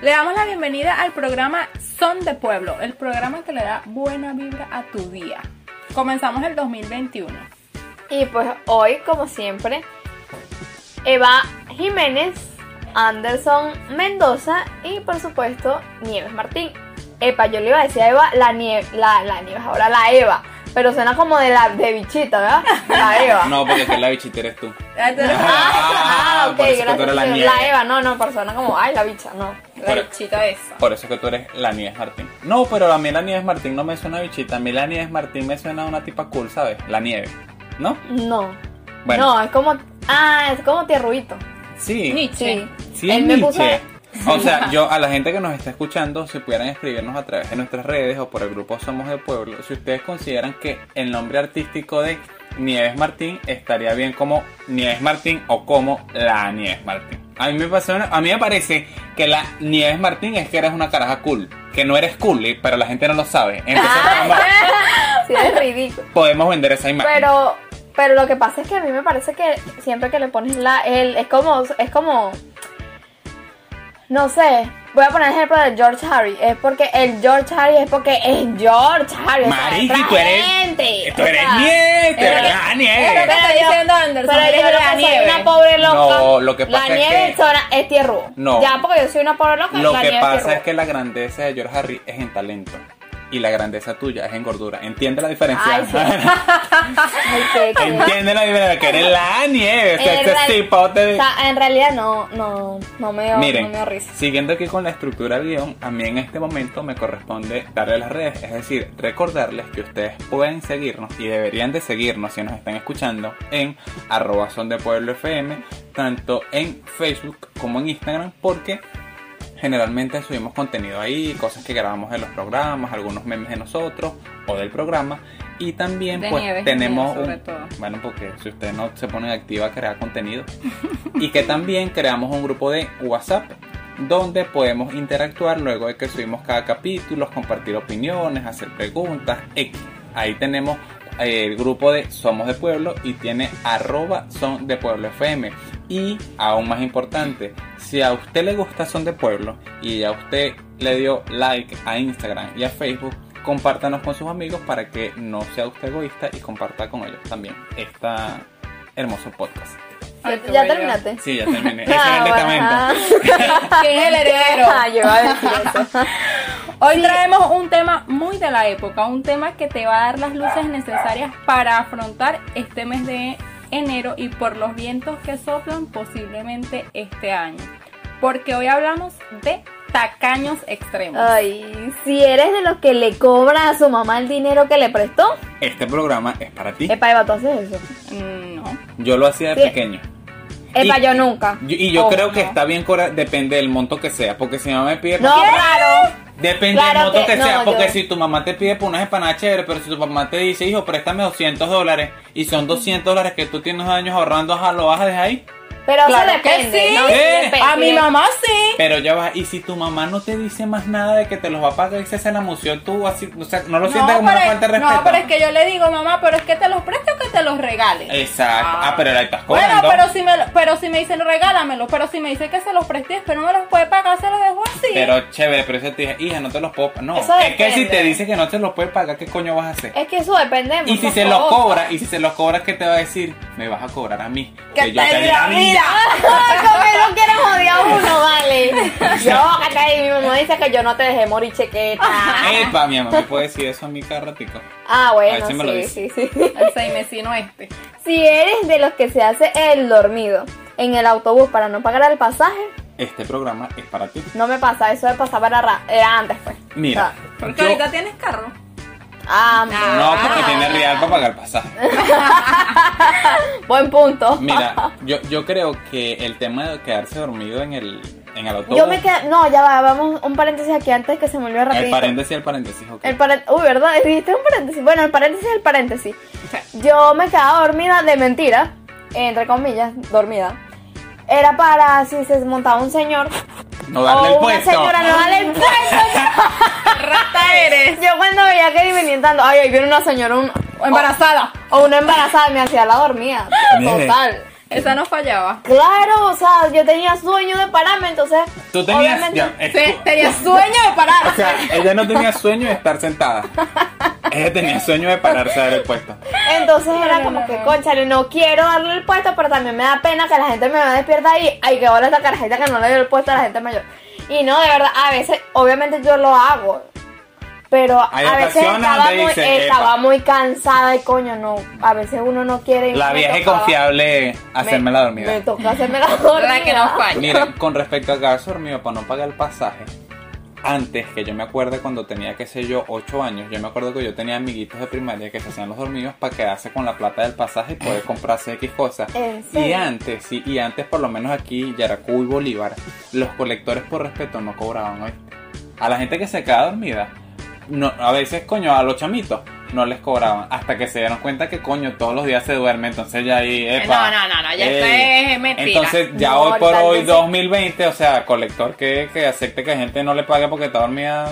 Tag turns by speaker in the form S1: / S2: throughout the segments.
S1: Le damos la bienvenida al programa Son de Pueblo, el programa que le da buena vibra a tu día. Comenzamos el 2021.
S2: Y pues hoy, como siempre, Eva Jiménez, Anderson Mendoza y por supuesto Nieves Martín. Epa, yo le iba a decir a Eva la nieve, la, la Nieves, ahora la Eva. Pero suena como de la de bichita, ¿verdad? La Eva.
S3: No, porque que la bichita eres tú.
S1: Ah, tú eres-
S2: Ah, ok,
S3: por eso que
S2: gracias.
S3: tú eres la
S2: señor.
S3: nieve.
S2: la Eva, no, no, pero suena como, ay, la bicha, no.
S1: La bichita esa.
S3: Por eso que tú eres la Nieves Martín. No, pero a mí la Nieves Martín no me suena a bichita. A mí la Nieves Martín me suena a una tipa cool, ¿sabes? La nieve. ¿No?
S2: No.
S3: Bueno.
S2: No, es como, ah, es como tierruito.
S3: Sí.
S1: Nietzsche.
S3: Sí,
S2: Él
S3: es
S2: me puso-
S3: Nietzsche. O sea, yo a la gente que nos está escuchando, si pudieran escribirnos a través de nuestras redes o por el grupo Somos de Pueblo, si ustedes consideran que el nombre artístico de Nieves Martín estaría bien como Nieves Martín o como la Nieves Martín. A mí me, pasó una- a mí me parece que la Nieves Martín es que eres una caraja cool, que no eres cool, eh, pero la gente no lo sabe. Entonces podemos,
S2: Sí, es ridículo.
S3: podemos vender esa imagen.
S2: Pero, pero lo que pasa es que a mí me parece que siempre que le pones la, el, es como, es como, no sé. Voy a poner el ejemplo de George Harry. Es porque el George Harry es porque es George Harry. o sea,
S3: Marico,
S2: otra
S3: tú eres-
S2: gente,
S3: tú
S2: o
S3: eres
S2: sea,
S3: Nieves, tú
S2: es que-
S3: eres la
S1: Es lo que
S3: Nieves.
S1: está
S2: Pero yo-
S1: diciendo Anderson.
S2: Pero yo
S1: eres
S2: creo
S1: la
S2: que soy
S1: nieve.
S2: una pobre loca.
S3: No, lo que pasa
S2: la
S3: es
S2: nieve
S3: que-
S2: zona es tierru.
S3: No.
S2: Ya, porque yo soy una pobre loca.
S3: Lo
S2: la
S3: que
S2: nieve
S3: pasa
S2: tierru.
S3: es que la grandeza de George Harry es en talento. Y la grandeza tuya es en gordura. ¿Entiende la diferencia?
S2: Ay, Ay, qué- qué-
S3: Entiende la diferencia. Que eres la nieve. o sea,
S2: en,
S3: ese
S2: real-
S3: cipote de-
S2: o sea, en realidad no, no, no me dio, no
S3: Miren,
S2: me dio risa.
S3: siguiendo aquí con la estructura del guión, a mí en este momento me corresponde darle las redes, es decir, recordarles que ustedes pueden seguirnos y deberían de seguirnos si nos están escuchando en arroba son de pueblo FM, tanto en Facebook como en Instagram, porque generalmente subimos contenido ahí, cosas que grabamos de los programas, algunos memes de nosotros o del programa. Y también
S1: De
S3: pues
S1: Nieves,
S3: tenemos
S1: Nieves, sobre
S3: un-
S1: todo.
S3: bueno porque si ustedes no se ponen activa a crear contenido y que también creamos un grupo de WhatsApp donde podemos interactuar luego de que subimos cada capítulo, compartir opiniones, hacer preguntas, X. Ahí tenemos eh, el grupo de Somos de Pueblo y tiene arroba son de pueblo FM. Y aún más importante, si a usted le gusta Son de Pueblo y a usted le dio like a Instagram y a Facebook, compártanos con sus amigos para que no sea usted egoísta y comparta con ellos también este hermoso podcast.
S1: Ay,
S2: Ya-
S1: qué
S2: ya
S1: bello.
S2: terminaste.
S3: Sí, ya terminé. Ese era
S2: Ah,
S3: el
S2: bueno,
S3: testamento.
S1: ¿Quién es el heredero?
S2: ajá. Ah, yo iba a decir eso.
S1: Hoy traemos un tema muy de la época, un tema que te va a dar las luces necesarias para afrontar este mes de enero y por los vientos que soplan posiblemente este año. Porque hoy hablamos de tacaños extremos.
S2: Ay, si eres de los que le cobra a su mamá el dinero que le prestó,
S3: Este programa es para ti.
S2: epa, Eva, tú haces eso.
S1: Mm, no.
S3: Yo lo hacía de
S2: Sí.
S3: pequeño.
S2: Epa,
S3: Y-
S2: yo nunca.
S3: Yo- y yo
S2: Oh,
S3: creo que
S2: no.
S3: está bien cobrar, depende del monto que sea. Porque si mi mamá me pide.
S2: No,
S3: por-
S2: claro.
S3: Depende
S2: claro
S3: del monto
S2: que-
S3: que,
S2: no,
S3: sea. porque
S2: yo-
S3: si tu mamá te pide por unas empanadas chéveres, pero si tu mamá te dice, hijo, préstame 200 dólares. Y son 200 dólares que tú tienes años ahorrando, ajá, lo bajas de ahí.
S2: Pero
S1: Claro
S2: eso
S1: que
S2: depende.
S1: sí.
S2: no,
S3: ¿Qué?
S2: depende.
S1: A mi mamá sí.
S3: Pero ya va. Y si tu mamá no te dice más nada de que te los va a pagar y se la museó tú, así. O sea, no lo sientes como
S1: pero,
S3: una falta de
S1: no,
S3: respeto.
S1: pero es que yo le digo, mamá, pero es que te los presto o que te los regales.
S3: Exacto. Ah, pero la estás
S1: Bueno,
S3: cobrando.
S1: pero si me, lo- pero si me dicen regálamelo, pero si me dice que se los presté, pero no me los puede pagar, se los dejo así.
S3: Pero chévere, pero eso te dije, hija, no te los puedo pagar. No,
S2: Eso
S3: es que si
S2: depende.
S3: te dice que no te los puede pagar, ¿qué coño vas a hacer?
S2: Es que eso depende. de
S3: Y si
S2: muchas
S3: se los
S2: cosas.
S3: cobra, y si se los cobra, ¿qué te va a decir? Me vas a cobrar a mí.
S1: que te
S3: di
S1: diga,
S3: la vida.
S1: mira.
S2: Ay, como que no quieres odiar a uno, vale. Yo, acá y mi mamá dice que yo no te dejé morir chequeta.
S3: Epa, mi mamá me puede decir eso a mí cada ratico.
S2: Ah,
S3: A ver
S2: bueno,
S3: si me lo
S2: sí, sí,
S3: dice.
S2: sí.
S1: El seimesino este.
S2: Si eres de los que se hace el dormido en el autobús para no pagar el pasaje,
S3: Este programa es para ti.
S2: no me pasa. Eso de pasar para ra- eh, antes, pues.
S3: Mira.
S1: Porque
S3: yo-
S1: ahorita tienes carro.
S2: Ah,
S3: No, porque tiene real para pagar pasaje.
S2: buen punto.
S3: Mira, yo, yo creo que el tema de quedarse dormido en el, en el autobús.
S2: Yo me quedé. No, ya va, vamos un paréntesis aquí antes que se me olvide
S3: El
S2: rapidito.
S3: paréntesis, el paréntesis, ok.
S2: El paren- Uy, ¿verdad? Dijiste un paréntesis. Bueno, el paréntesis es el paréntesis. Yo me quedaba dormida de mentira, entre comillas, dormida. Era para si se montaba un señor
S3: No darle
S2: o
S3: el
S2: Oh, una
S3: puesto.
S2: señora, no darle el puesto.
S1: Rata eres. Oh.
S2: Yo cuando veía que venían tanto, ay, ahí viene una señora un,
S1: Embarazada.
S2: o una embarazada, me hacía la dormida.
S3: Mire.
S2: Total.
S1: Esa no fallaba.
S2: Claro, o sea, yo tenía sueño de pararme, entonces.
S3: Tú tenías.
S2: obviamente-
S3: ya, es-
S1: Sí, tenía sueño de
S3: O
S1: parar.
S3: sea, ella no tenía sueño de estar sentada. Ella tenía sueño de pararse a dar el puesto.
S2: Entonces era
S1: no,
S2: como
S1: no,
S2: que,
S1: no.
S2: conchale, no quiero darle el puesto, pero también me da pena que la gente me vea despierta y, ay, que bola esta carajita que no le dio el puesto a la gente mayor. Y no, de verdad, a veces, obviamente yo lo hago, pero
S3: Hay
S2: a veces
S3: ocasiones
S2: estaba,
S3: donde
S2: muy,
S3: dice,
S2: estaba
S3: "Epa".
S2: muy cansada y coño, no, a veces uno no quiere. y
S3: La
S2: me
S3: vieja y
S2: tocaba-
S3: confiable, hacerme la
S2: Me
S3: dormida.
S2: tocó hacerme la
S1: La que no
S2: dormida.
S1: falla.
S3: Miren, con respecto a quedarse dormido para no pagar el pasaje, antes que yo me acuerde cuando tenía, qué sé yo, 8 años, yo me acuerdo que yo tenía amiguitos de primaria que se hacían los dormidos para quedarse con la plata del pasaje y
S1: Eh.
S3: poder comprarse X cosas.
S2: ¿En
S3: Y
S2: serio?
S3: antes, sí, y antes por lo menos aquí, Yaracuy, Bolívar, los colectores por respeto no cobraban, ¿oíste? A la gente que se queda dormida, no, a veces, coño, a los chamitos no les cobraban, hasta que se dieron cuenta que, coño, todos los días se duerme, entonces ya ahí, epa.
S1: Eh, no, no, no, ya
S3: ey.
S1: esto es mentira.
S3: Entonces, ya
S2: No,
S3: hoy por
S2: tal
S3: hoy,
S2: vez-
S3: 2020, o sea, colector que, que acepte que gente no le pague porque está dormida,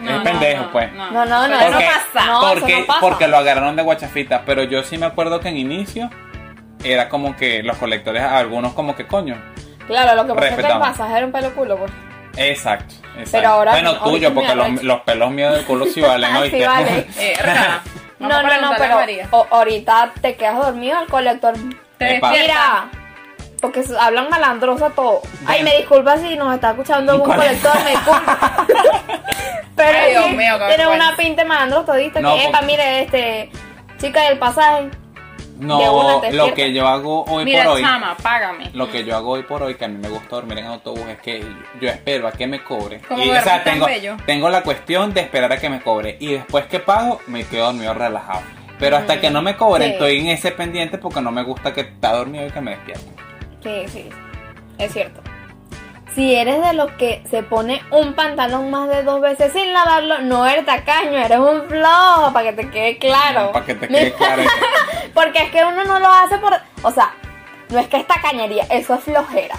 S1: No,
S3: es
S1: no,
S3: pendejo,
S1: no,
S3: pues.
S2: No, no, no,
S1: Eso
S3: Porque-
S1: pasa.
S2: no. eso
S3: porque,
S2: pasa.
S3: porque lo agarraron de guachafita. Pero yo sí me acuerdo que en inicio era como que los colectores, algunos como que coño.
S2: Claro, lo que pasa es que el
S3: Respetamos.
S2: pasaje era un pelo culo, pues.
S3: Exacto. exacto.
S2: Pero ahora-
S3: bueno,
S2: ahorita
S3: tuyo,
S2: me
S3: porque los,
S2: arrecho.
S3: los pelos míos del culo sí valen,
S2: Sí
S3: ¿oíste?
S2: vale.
S1: Eh, Rana, vamos a
S2: No, no, no,
S1: preguntarle a
S2: pero
S1: María.
S2: o- ahorita te quedas dormido al colector.
S1: Te
S3: Epa.
S1: despierta.
S2: Mira, porque se- hablan malandros a todo. Ay,
S3: Ven.
S2: me disculpa si nos está escuchando algún
S3: ¿Cuál?
S2: colector, me disculpa. Pero
S1: Ay, Dios
S2: sí,
S1: mío, qué
S2: tiene
S1: vergüenza.
S2: una pinta de malandros todista
S3: No,
S2: que, epa,
S3: porque-
S2: mire, este, chica del pasaje. De una
S3: No,
S2: te
S3: lo
S2: despierta.
S3: que yo hago hoy
S1: Mira,
S3: por hoy.
S1: chama, págame.
S3: Lo que yo hago hoy por hoy, que a mí me gusta dormir en autobús, es que yo espero a que me cobre.
S1: ¿Cómo
S3: Y, o
S1: duermes
S3: sea,
S1: tan
S3: tengo,
S1: bello?
S3: tengo la cuestión de esperar a que me cobre. Y después que pago, me quedo dormido relajado. Pero hasta que no me cobren,
S2: Mm. sí.
S3: estoy en ese pendiente porque no me gusta que está dormido y que me despierten.
S2: Sí, sí, es cierto. Si eres de los que se pone un pantalón más de dos veces sin lavarlo, no eres tacaño, eres un flojo, para que te quede claro.
S3: Para que te quede claro.
S2: Porque es que uno no lo hace por. O sea, no es que es tacañería, eso es flojera.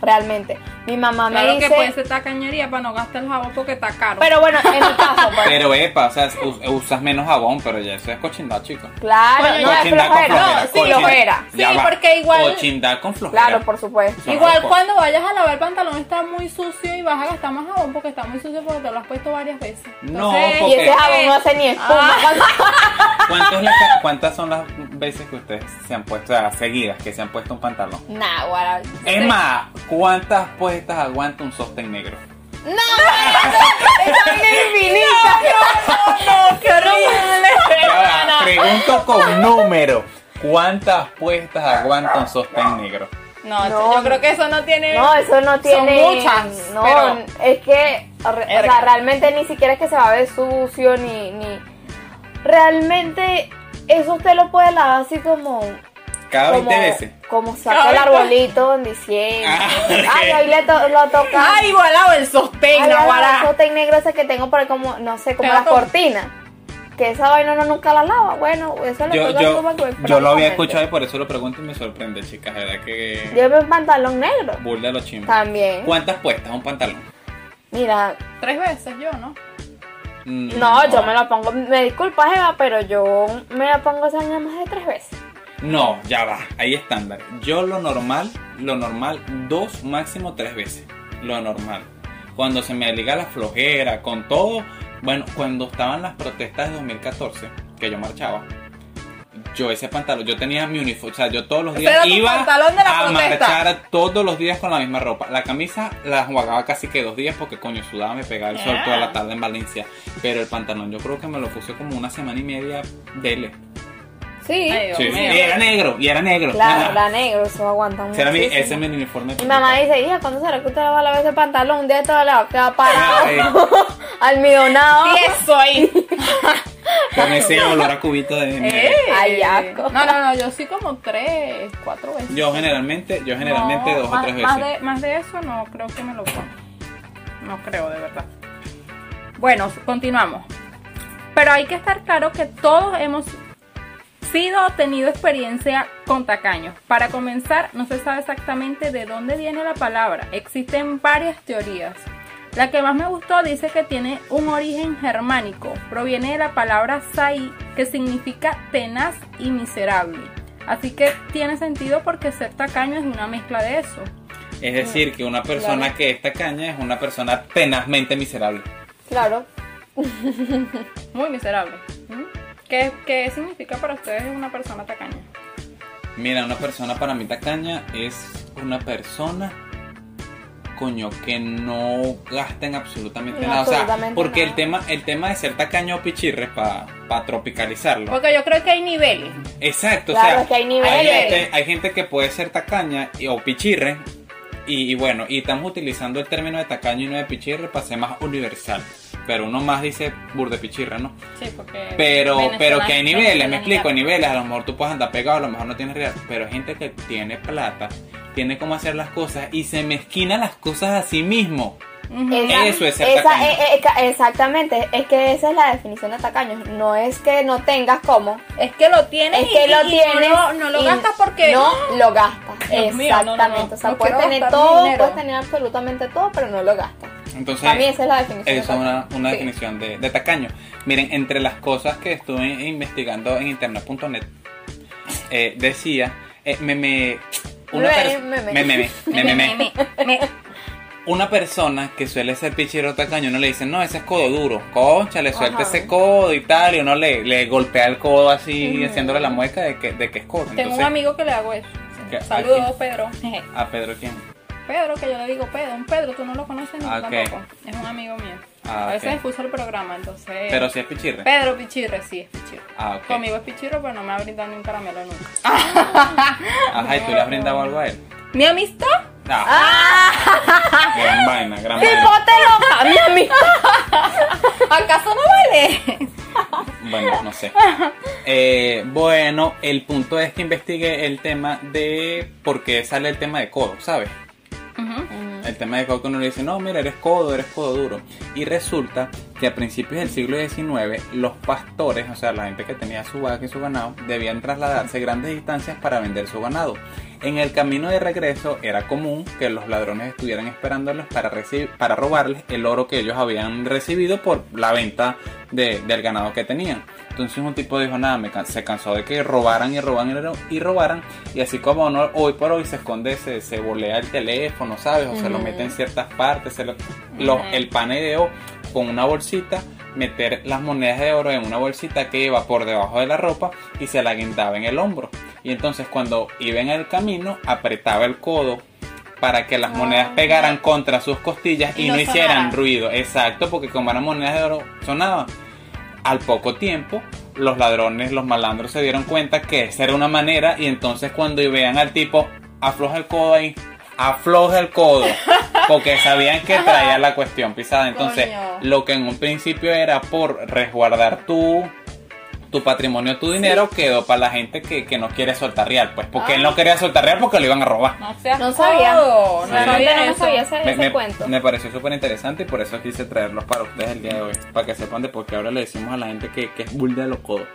S2: Realmente. Mi mamá
S1: Claro
S2: me
S1: que
S2: dice.
S1: puede ser tacañería para no gastar el jabón porque está caro.
S2: Pero bueno, en mi caso, pues,
S3: Pero epa, o sea, us- usas menos jabón, pero ya eso es cochindado, chicos.
S2: Claro,
S1: Coño,
S2: no es
S3: Cochindad
S2: flojera. No, sí,
S3: cochindad.
S2: flojera.
S1: Sí, porque igual-
S3: Cochindad con flojera.
S2: Claro, por supuesto.
S3: No,
S1: Igual
S3: por-
S1: cuando vayas a lavar el pantalón está muy sucio y vas a gastar más jabón porque está muy sucio porque te lo has puesto varias veces.
S3: No,
S1: Entonces,
S2: Y
S3: porque-
S2: ese jabón no hace ni
S1: Ah.
S2: espuma.
S3: ¿Cuánto es la ca- ¿Cuántas son las veces que ustedes se han puesto, o sea, seguidas, que se han puesto un pantalón?
S2: Nah, guara.
S3: Es más, ¿cuántas puestas aguanta un sostén negro?
S2: No, esa vaina es infinita. No, qué horrible.
S3: Ya va, pregunto con número. ¿Cuántas puestas aguanta un sostén negro?
S1: No,
S2: No.
S1: yo creo que eso no tiene...
S2: No, eso no tiene.
S1: muchas,
S2: No,
S1: pero-
S2: es que re- o sea,
S1: Erga.
S2: realmente ni siquiera es que se va a ver sucio ni, ni. Realmente eso usted lo puede lavar así como.
S3: Cada
S2: Como,
S3: 20 veces.
S2: como saca el
S1: Ahorita.
S2: arbolito en diciembre.
S3: Ah, ok.
S2: Ay, hoy le to- lo toca.
S1: ¡Ay, volado el sostén,
S2: Ay,
S1: Naguará!
S2: la sotén negra esa que tengo por ahí como, no sé, como
S1: Pero
S2: la
S1: como-
S2: cortina. Que esa vaina uno nunca la lava. Bueno, eso le
S3: Yo,
S2: toca
S3: yo,
S2: como que
S3: yo lo había
S2: prácticamente.
S3: escuchado y por eso lo pregunto y me sorprende, chicas. ¿Verdad que
S2: Yo veo un pantalón negro.
S3: burla los chimbos?
S2: También.
S3: ¿Cuántas puestas un pantalón?
S2: Mira,
S1: Tres veces yo, ¿no?
S3: Mm,
S2: no, yo me lo pongo. Me disculpa, Eva, pero yo me la pongo esa vaina más de tres veces.
S3: No, ya va, hay estándar. Yo lo normal, lo normal, dos, máximo tres veces. Lo normal. Cuando se me liga la flojera, con todo. Bueno, cuando estaban las protestas de 2014, que yo marchaba, yo ese pantalón, yo tenía mi uniforme, o sea, yo todos los
S1: Ese
S3: días
S1: era tu
S3: iba
S1: pantalón de la
S3: a
S1: protesta.
S3: marchar todos los días con la misma ropa. La camisa la jugaba casi que dos días porque coño sudaba, me pegaba el sol
S1: Ah.
S3: toda la tarde en Valencia. Pero el pantalón yo creo que me lo puse como una semana y media de L.
S2: Sí.
S1: Ay, Dios
S3: Sí,
S1: mío.
S3: sí, y era negro, y era negro.
S2: Claro,
S3: Ajá.
S2: la negro, eso aguanta
S3: Ese era mi,
S2: muchísimo.
S3: ese es mi uniforme.
S2: Mi mamá dice, hija, ¿cuándo será que usted la va a lavar ese pantalón? Un día te va a lavar, queda
S3: Ah,
S2: parado, almidonado.
S1: Y eso ahí.
S3: Con ese olor a cubito de nieve.
S2: ¿Eh? Ay, asco.
S1: Eh. No, no, no, yo sí como tres, cuatro veces.
S3: Yo generalmente, yo generalmente
S1: No,
S3: dos
S1: más,
S3: o tres
S1: Más
S3: veces.
S1: de, más de eso no creo que me lo ponga. No creo, de verdad. Bueno, continuamos. Pero hay que estar claro que todos hemos sido o tenido experiencia con tacaños. Para comenzar, no se sabe exactamente de dónde viene la palabra. Existen varias teorías. La que más me gustó dice que tiene un origen germánico. Proviene de la palabra sai, que significa tenaz y miserable. Así que tiene sentido porque ser tacaño es una mezcla de eso.
S3: Es decir, que una persona
S2: Claro.
S3: que es tacaña es una persona tenazmente miserable.
S2: Claro.
S1: Muy miserable. ¿Mm? ¿Qué, qué significa para ustedes una persona tacaña?
S3: Mira, una persona para mí tacaña es una persona, coño, que no gasta en absolutamente
S2: No,
S3: nada. O sea,
S2: absolutamente
S3: porque
S2: nada.
S3: el tema, el tema de ser tacaño o pichirre para tropicalizarlo.
S1: Porque yo creo que hay niveles.
S3: Exacto,
S2: Claro,
S3: o sea,
S2: es que hay niveles.
S3: gente, hay gente que puede ser tacaña y- o pichirre. Y, y bueno, y estamos utilizando el término de tacaño y no de pichirre para ser más universal. Pero uno más dice burde pichirre, ¿no?
S1: Sí, porque.
S3: Pero, pero que hay niveles, me explico, hay
S1: niveles.
S3: niveles, a lo mejor tú puedes andar pegado, a lo mejor no tienes real, pero hay gente que tiene plata, tiene cómo hacer las cosas y se mezquina las cosas a sí mismo. Eso es ser
S2: esa-
S3: tacaño.
S2: eh, eh, ca- exactamente, es que esa es la definición de tacaño. No es que no tengas cómo.
S1: Es que lo tienes
S2: Es que
S1: y,
S2: lo
S1: y
S2: tienes.
S1: no, lo- no lo
S2: y
S1: gastas porque.
S2: No lo gastas.
S1: Dios mío, no, no, no.
S2: exactamente. O sea,
S1: No
S2: puedes
S1: quiero
S2: tener
S1: gastar mi
S2: todo,
S1: dinero.
S2: puedes tener absolutamente todo, pero no lo gastas.
S3: Entonces,
S2: Para mí esa es la definición. de
S3: Eso es una,
S2: tacaño.
S3: una
S2: Sí.
S3: definición de, de tacaño. Miren, entre las cosas que estuve investigando en internet.net, eh, decía, eh, me, me, una
S2: Meme,
S3: per-
S2: meme.
S3: me- me- me- me- me- me.
S1: me, me.
S3: una persona que suele ser pichirro tacaño, uno le dice, no, ese es codo duro, concha, le suelta
S2: Ajá.
S3: ese codo y tal, y uno le, le golpea el codo así, haciéndole la mueca de que, de que es codo.
S1: Tengo un
S3: Entonces,
S1: amigo que le hago eso.
S3: ¿Qué? ¿A
S1: Saludos, Pedro. Jeje.
S3: ¿A Pedro quién?
S2: Eh.
S1: Pedro, que yo le digo Pedro. Un Pedro, tú no lo conoces ni
S3: Ah,
S1: tú
S3: ok.
S1: tampoco. Es un amigo mío.
S3: Ah,
S1: A veces
S3: ok.
S1: expuso el programa, entonces.
S3: Pero si es pichirre.
S1: Pedro Pichirre, sí, es Pichirre.
S3: Ah, ok.
S1: Conmigo es Pichirro, pero no me ha brindado ni un caramelo nunca.
S3: Ajá, ¿y tú le has brindado algo a él?
S1: ¿Mi amistad?
S3: Ah, gran vaina, gran vaina.
S2: ¡Pipote loca! ¡Mi amigo!
S1: ¿Acaso no vale?
S3: Bueno, no sé. Eh, bueno, el punto es que investigué el tema de por qué sale el tema de codo, ¿sabes? El tema de codo que uno le dice, no, mira, eres codo, eres codo duro. Y resulta que a principios del siglo XIX, los pastores, o sea, la gente que tenía su vaca y su ganado, debían trasladarse grandes distancias para vender su ganado. En el camino de regreso era común que los ladrones estuvieran esperándolos para, recibir, para robarles el oro que ellos habían recibido por la venta de- del ganado que tenían. Entonces un tipo dijo, nada, me can- se cansó de que robaran y robaran y ro- y robaran. Y así como no, hoy por hoy se esconde, se, se volea el teléfono, ¿sabes? O se lo
S2: Ujú.
S3: mete en ciertas partes, se lo- los-
S1: Ujú.
S3: el panedeo con una bolsita, meter las monedas de oro en una bolsita que iba por debajo de la ropa y se la guindaba en el hombro. Y entonces cuando iba en el camino, apretaba el codo para que las monedas pegaran contra sus costillas y,
S1: Y
S3: no,
S1: no
S3: hicieran
S1: sonaran.
S3: ruido. Exacto, porque como eran monedas de oro, sonaban. Al poco tiempo, los ladrones, los malandros se dieron cuenta que esa era una manera y entonces cuando vean al tipo, afloja el codo ahí, afloja el codo, porque sabían que traía la cuestión pisada. Entonces,
S1: Coño.
S3: lo que en un principio era por resguardar tu, tu patrimonio, tu dinero, quedó para la gente que, que no quiere soltar real, pues, porque
S1: Ah.
S3: él no quería soltar real porque lo iban a robar.
S1: No seas
S2: No sabía.
S1: codo, Oh, No
S2: Realmente
S1: sabía
S2: no me
S1: eso.
S2: sabía ese,
S3: Me,
S2: ese
S3: me-
S2: cuento.
S3: me pareció súper interesante y por eso quise traerlos para ustedes el día de hoy. Para que sepan de por qué ahora le decimos a la gente que, que es bull de los codos.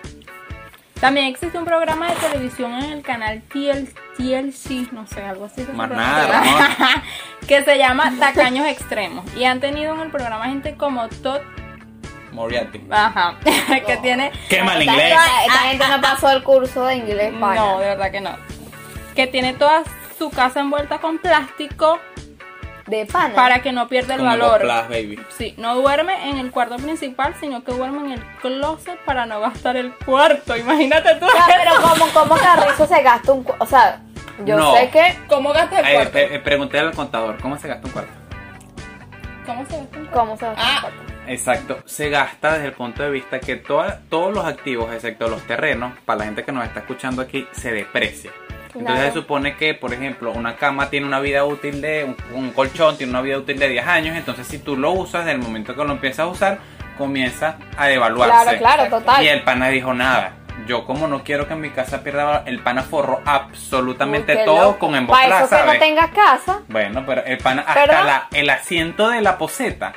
S1: También existe un programa de televisión en el canal TL TLC, no sé, algo así. que se
S3: Más
S1: pronuncia,
S3: nada,
S1: ¿verdad? que se llama Tacaños Extremos. Y han tenido en el programa gente como Todd,
S3: Moriarty.
S1: ajá, que tiene...
S3: ¡Qué mal
S2: Esta
S3: inglés!
S2: gente- Esta gente no pasó el curso de inglés para.
S1: No, de verdad que no. Que tiene toda su casa envuelta con plástico
S2: De pana.
S1: para que no pierda el
S3: Como
S1: valor.
S3: Plus, baby.
S1: Sí, no duerme en el cuarto principal, sino que duerme en el closet para no gastar el cuarto. Imagínate tú.
S2: O sea, pero como, como Carrizo se gasta un cu- O sea, yo
S3: No.
S2: sé que.
S1: ¿Cómo gasta el
S3: Eh,
S1: cuarto?
S3: pe- eh, pregunté al contador, ¿cómo se gasta un cuarto?
S1: ¿Cómo se gasta un cuarto?
S2: ¿Cómo se gasta un
S1: Ah.
S2: cuarto?
S3: Exacto, se gasta desde el punto de vista que toda- todos los activos, excepto los terrenos, para la gente que nos está escuchando aquí, se deprecia. Entonces
S2: Claro.
S3: se supone que, por ejemplo, una cama tiene una vida útil de, un, un colchón tiene una vida útil de 10 años, entonces si tú lo usas, desde el momento que lo empiezas a usar, comienza a
S2: Claro,
S3: devaluarse.
S2: claro, total.
S3: Y el pana dijo nada. Yo como no quiero que mi casa pierda valor, el pana forró absolutamente
S2: Uy, qué
S3: todo
S2: loco.
S3: con
S2: Para
S3: emboclada,
S2: eso
S3: ¿sabes?
S2: que no tengas casa.
S3: Bueno, pero el pana, hasta
S2: ¿Perdón?
S3: la- el asiento de la poseta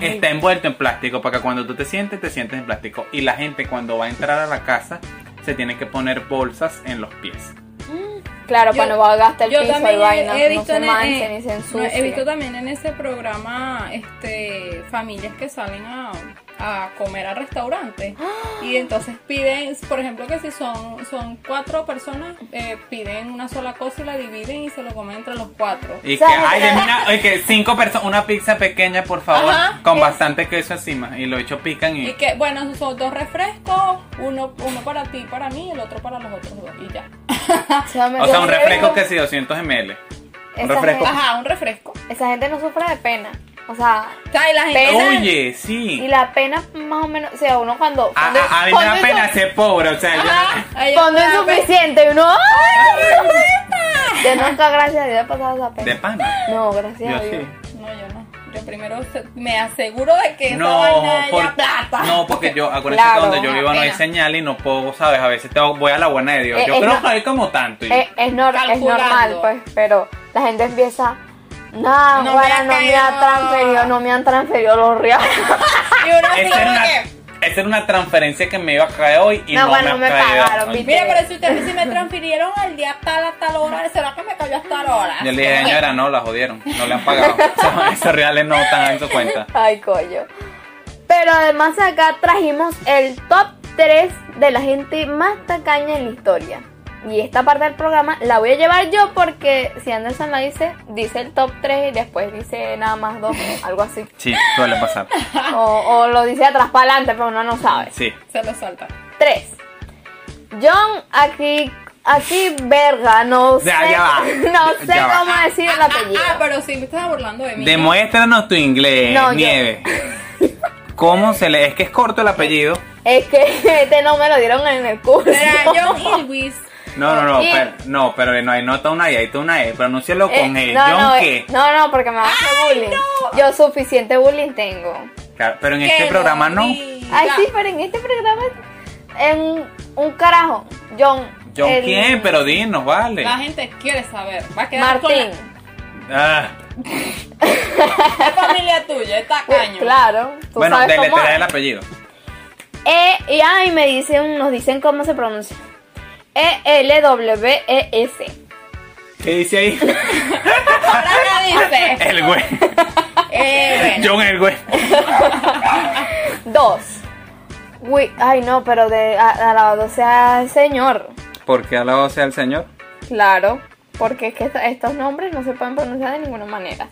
S3: está envuelto en plástico para que cuando tú te sientes, te sientes en plástico. Y la gente cuando va a entrar a la casa se tiene que poner bolsas en los pies.
S2: Claro,
S1: Yo-
S2: para no gastar el
S1: Yo
S2: piso
S1: también
S2: y vaina.
S1: he
S2: no
S1: visto,
S2: se
S1: en-
S2: manche,
S1: eh,
S2: ni se
S1: no, he
S2: ensucie.
S1: visto también en ese programa este, familias que salen a, a comer a restaurantes. Y entonces piden, por ejemplo, que si son, son cuatro personas, eh, piden una sola cosa y la dividen y se lo comen entre los cuatro.
S3: Y que,
S2: ¿Sabes?
S3: ay, denme una, y que cinco personas, una pizza pequeña, por favor,
S1: Ajá,
S3: con
S1: es-
S3: bastante queso encima. Y lo hecho pican y,
S1: Y que, bueno, son dos refrescos, uno, uno para ti, y para mí, y el otro para los otros dos, y ya.
S3: O sea, un refresco que sí, 200 ml. Un
S2: Esa gente-
S3: refresco.
S1: Ajá, un refresco.
S2: Esa gente no sufre de pena. O sea,
S1: O sea, y la gente...
S2: Pena.
S3: Oye,
S2: y
S3: sí.
S2: la pena más o menos, o sea, uno cuando...
S3: A,
S2: cuando-
S3: a- a mí me da
S2: cuando
S3: pena
S2: insu-
S3: ser pobre, o sea, yo-
S1: Ajá, Ah, ahí
S2: Cuando es
S1: está, pues.
S2: suficiente, y uno... ¡ay! Yo nunca, gracias a Dios, he pasado esa pena.
S3: de pana.
S2: No, gracias
S3: Yo
S2: a Dios.
S3: sí.
S1: No, yo no. Yo primero se- me aseguro de que esa
S3: No,
S1: vaina haya
S3: por-
S1: plata.
S3: no, porque yo, acuérdense
S2: Claro,
S3: que donde yo
S2: una
S3: vivo no hay
S1: pena.
S3: señal y no puedo, ¿sabes? A veces tengo- voy a la buena de Dios.
S2: Eh,
S3: Yo
S2: es
S3: creo
S2: no- Eh,
S3: que hay como tanto. y-
S2: Es, es nor- es
S1: Calculando.
S2: normal, pues, pero la gente empieza... Nah,
S1: No me
S2: guara,
S1: ha
S2: no me han
S1: caído".
S2: transferido, no me han transferido los reales.
S1: Y uno así
S3: Esa era,
S1: como
S3: una,
S1: que,
S3: esa era una transferencia que me iba a caer hoy y
S2: No,
S3: no,
S2: bueno,
S3: me, ha
S2: me
S3: caído.
S2: pagaron, ¿viste?
S1: Mira, pero si ustedes si me transfirieron al día tal a tal hora, ¿será que me cayó hasta tal hora?
S3: Yo le dije, señora, no, la jodieron, no le han pagado. Esos- Esos reales no están en su cuenta.
S2: Ay, coño. Pero además acá trajimos el top 3 de la gente más tacaña en la historia. Y esta parte del programa la voy a llevar yo porque si Anderson la dice, dice el top 3 y después dice nada más dos, algo así.
S3: Sí, suele pasar.
S2: O, o lo dice atrás para adelante, pero uno no sabe.
S3: Sí.
S1: Se lo salta.
S2: 3. John aquí, aquí verga, no sé.
S3: Ya, ya va.
S2: No sé
S3: Ya va.
S2: cómo decir el
S1: Ah,
S2: apellido.
S1: Ah, pero sí me estás burlando de mí.
S3: Demuéstranos tu inglés,
S2: No, yo-
S3: Nieve. ¿Cómo se le.? Es que es corto el apellido.
S2: Es que este no me lo dieron en el curso.
S1: Será John Ilwis.
S3: No, no, no,
S2: Y-
S3: pero, no, pero no hay nota una I, hay una E, pronúncialo
S2: Eh,
S3: con E.
S2: no,
S3: John
S2: no,
S3: qué.
S2: eh, no, no, porque me va a hacer bullying. Yo suficiente bullying tengo.
S3: Claro, pero en este programa no.
S2: Ay, sí, pero en este programa en un carajo. John.
S3: John
S2: el-
S3: quién, pero dinos, vale.
S1: La gente quiere saber. Va a quedar con
S2: Martín.
S1: la-
S3: Ah,
S1: la familia tuya, está
S2: Uy,
S1: caño.
S2: Pues, Claro, tú
S3: bueno,
S2: sabes cómo.
S3: deletrea
S2: es.
S3: el apellido.
S2: E y ay, me dicen, nos dicen cómo se pronuncia. E L W E S.
S3: ¿Qué dice ahí?
S1: Ahora me dice.
S3: El güey.
S2: E,
S1: Eh, bueno.
S3: John el güey.
S2: Dos. Uy, ay no, pero de a- alabado sea el Señor.
S3: ¿Por qué alabado sea el Señor?
S2: Claro, porque es que esta- estos nombres no se pueden pronunciar de ninguna manera.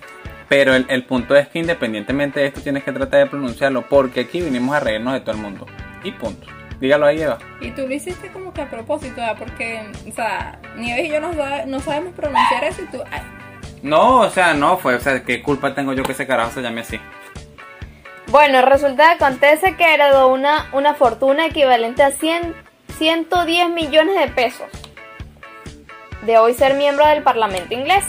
S3: Pero el, el punto es que independientemente de esto tienes que tratar de pronunciarlo porque aquí vinimos a reírnos de todo el mundo. Y punto. Dígalo ahí, Eva.
S1: Y tú lo hiciste como que a propósito, ¿verdad? porque, o sea, Nieves y yo no, sabe- no sabemos pronunciar eso y tú, ay,
S3: No, o sea, no fue. O sea, ¿qué culpa tengo yo que ese carajo se llame así?
S2: Bueno, resulta que acontece que heredó una, una fortuna equivalente a 100, 110 millones de pesos. De hoy ser miembro del Parlamento inglés.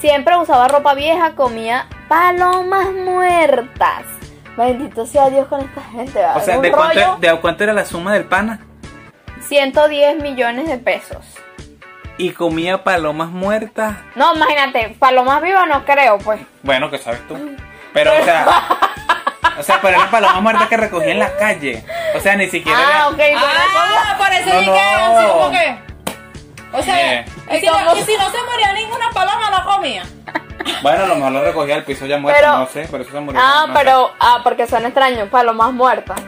S2: Siempre usaba ropa vieja, comía palomas muertas. Bendito sea Dios con esta gente. ¿vale?
S3: O sea,
S2: Un
S3: ¿de cuánto,
S2: rollo,
S3: ¿de cuánto era la suma del pana?
S2: 110 millones de pesos.
S3: Y comía palomas muertas.
S2: No, imagínate, palomas vivas no creo, pues.
S3: Bueno, que sabes tú. Pero, o sea. O sea, pero eran palomas muertas que recogía en la calle. O sea, ni siquiera.
S2: Ah,
S3: era-
S2: ok. bueno,
S1: ah, por eso
S3: No,
S1: dije,
S3: no.
S1: así como que, o sea,
S3: Bien.
S1: y si, no, y si no se moría ninguna paloma, no comía.
S3: Bueno, a lo mejor lo recogía al piso ya muerto,
S2: Pero-
S3: no sé, por eso se murió.
S2: Ah,
S3: no sé.
S2: pero, ah, porque son extraños, palomas muertas.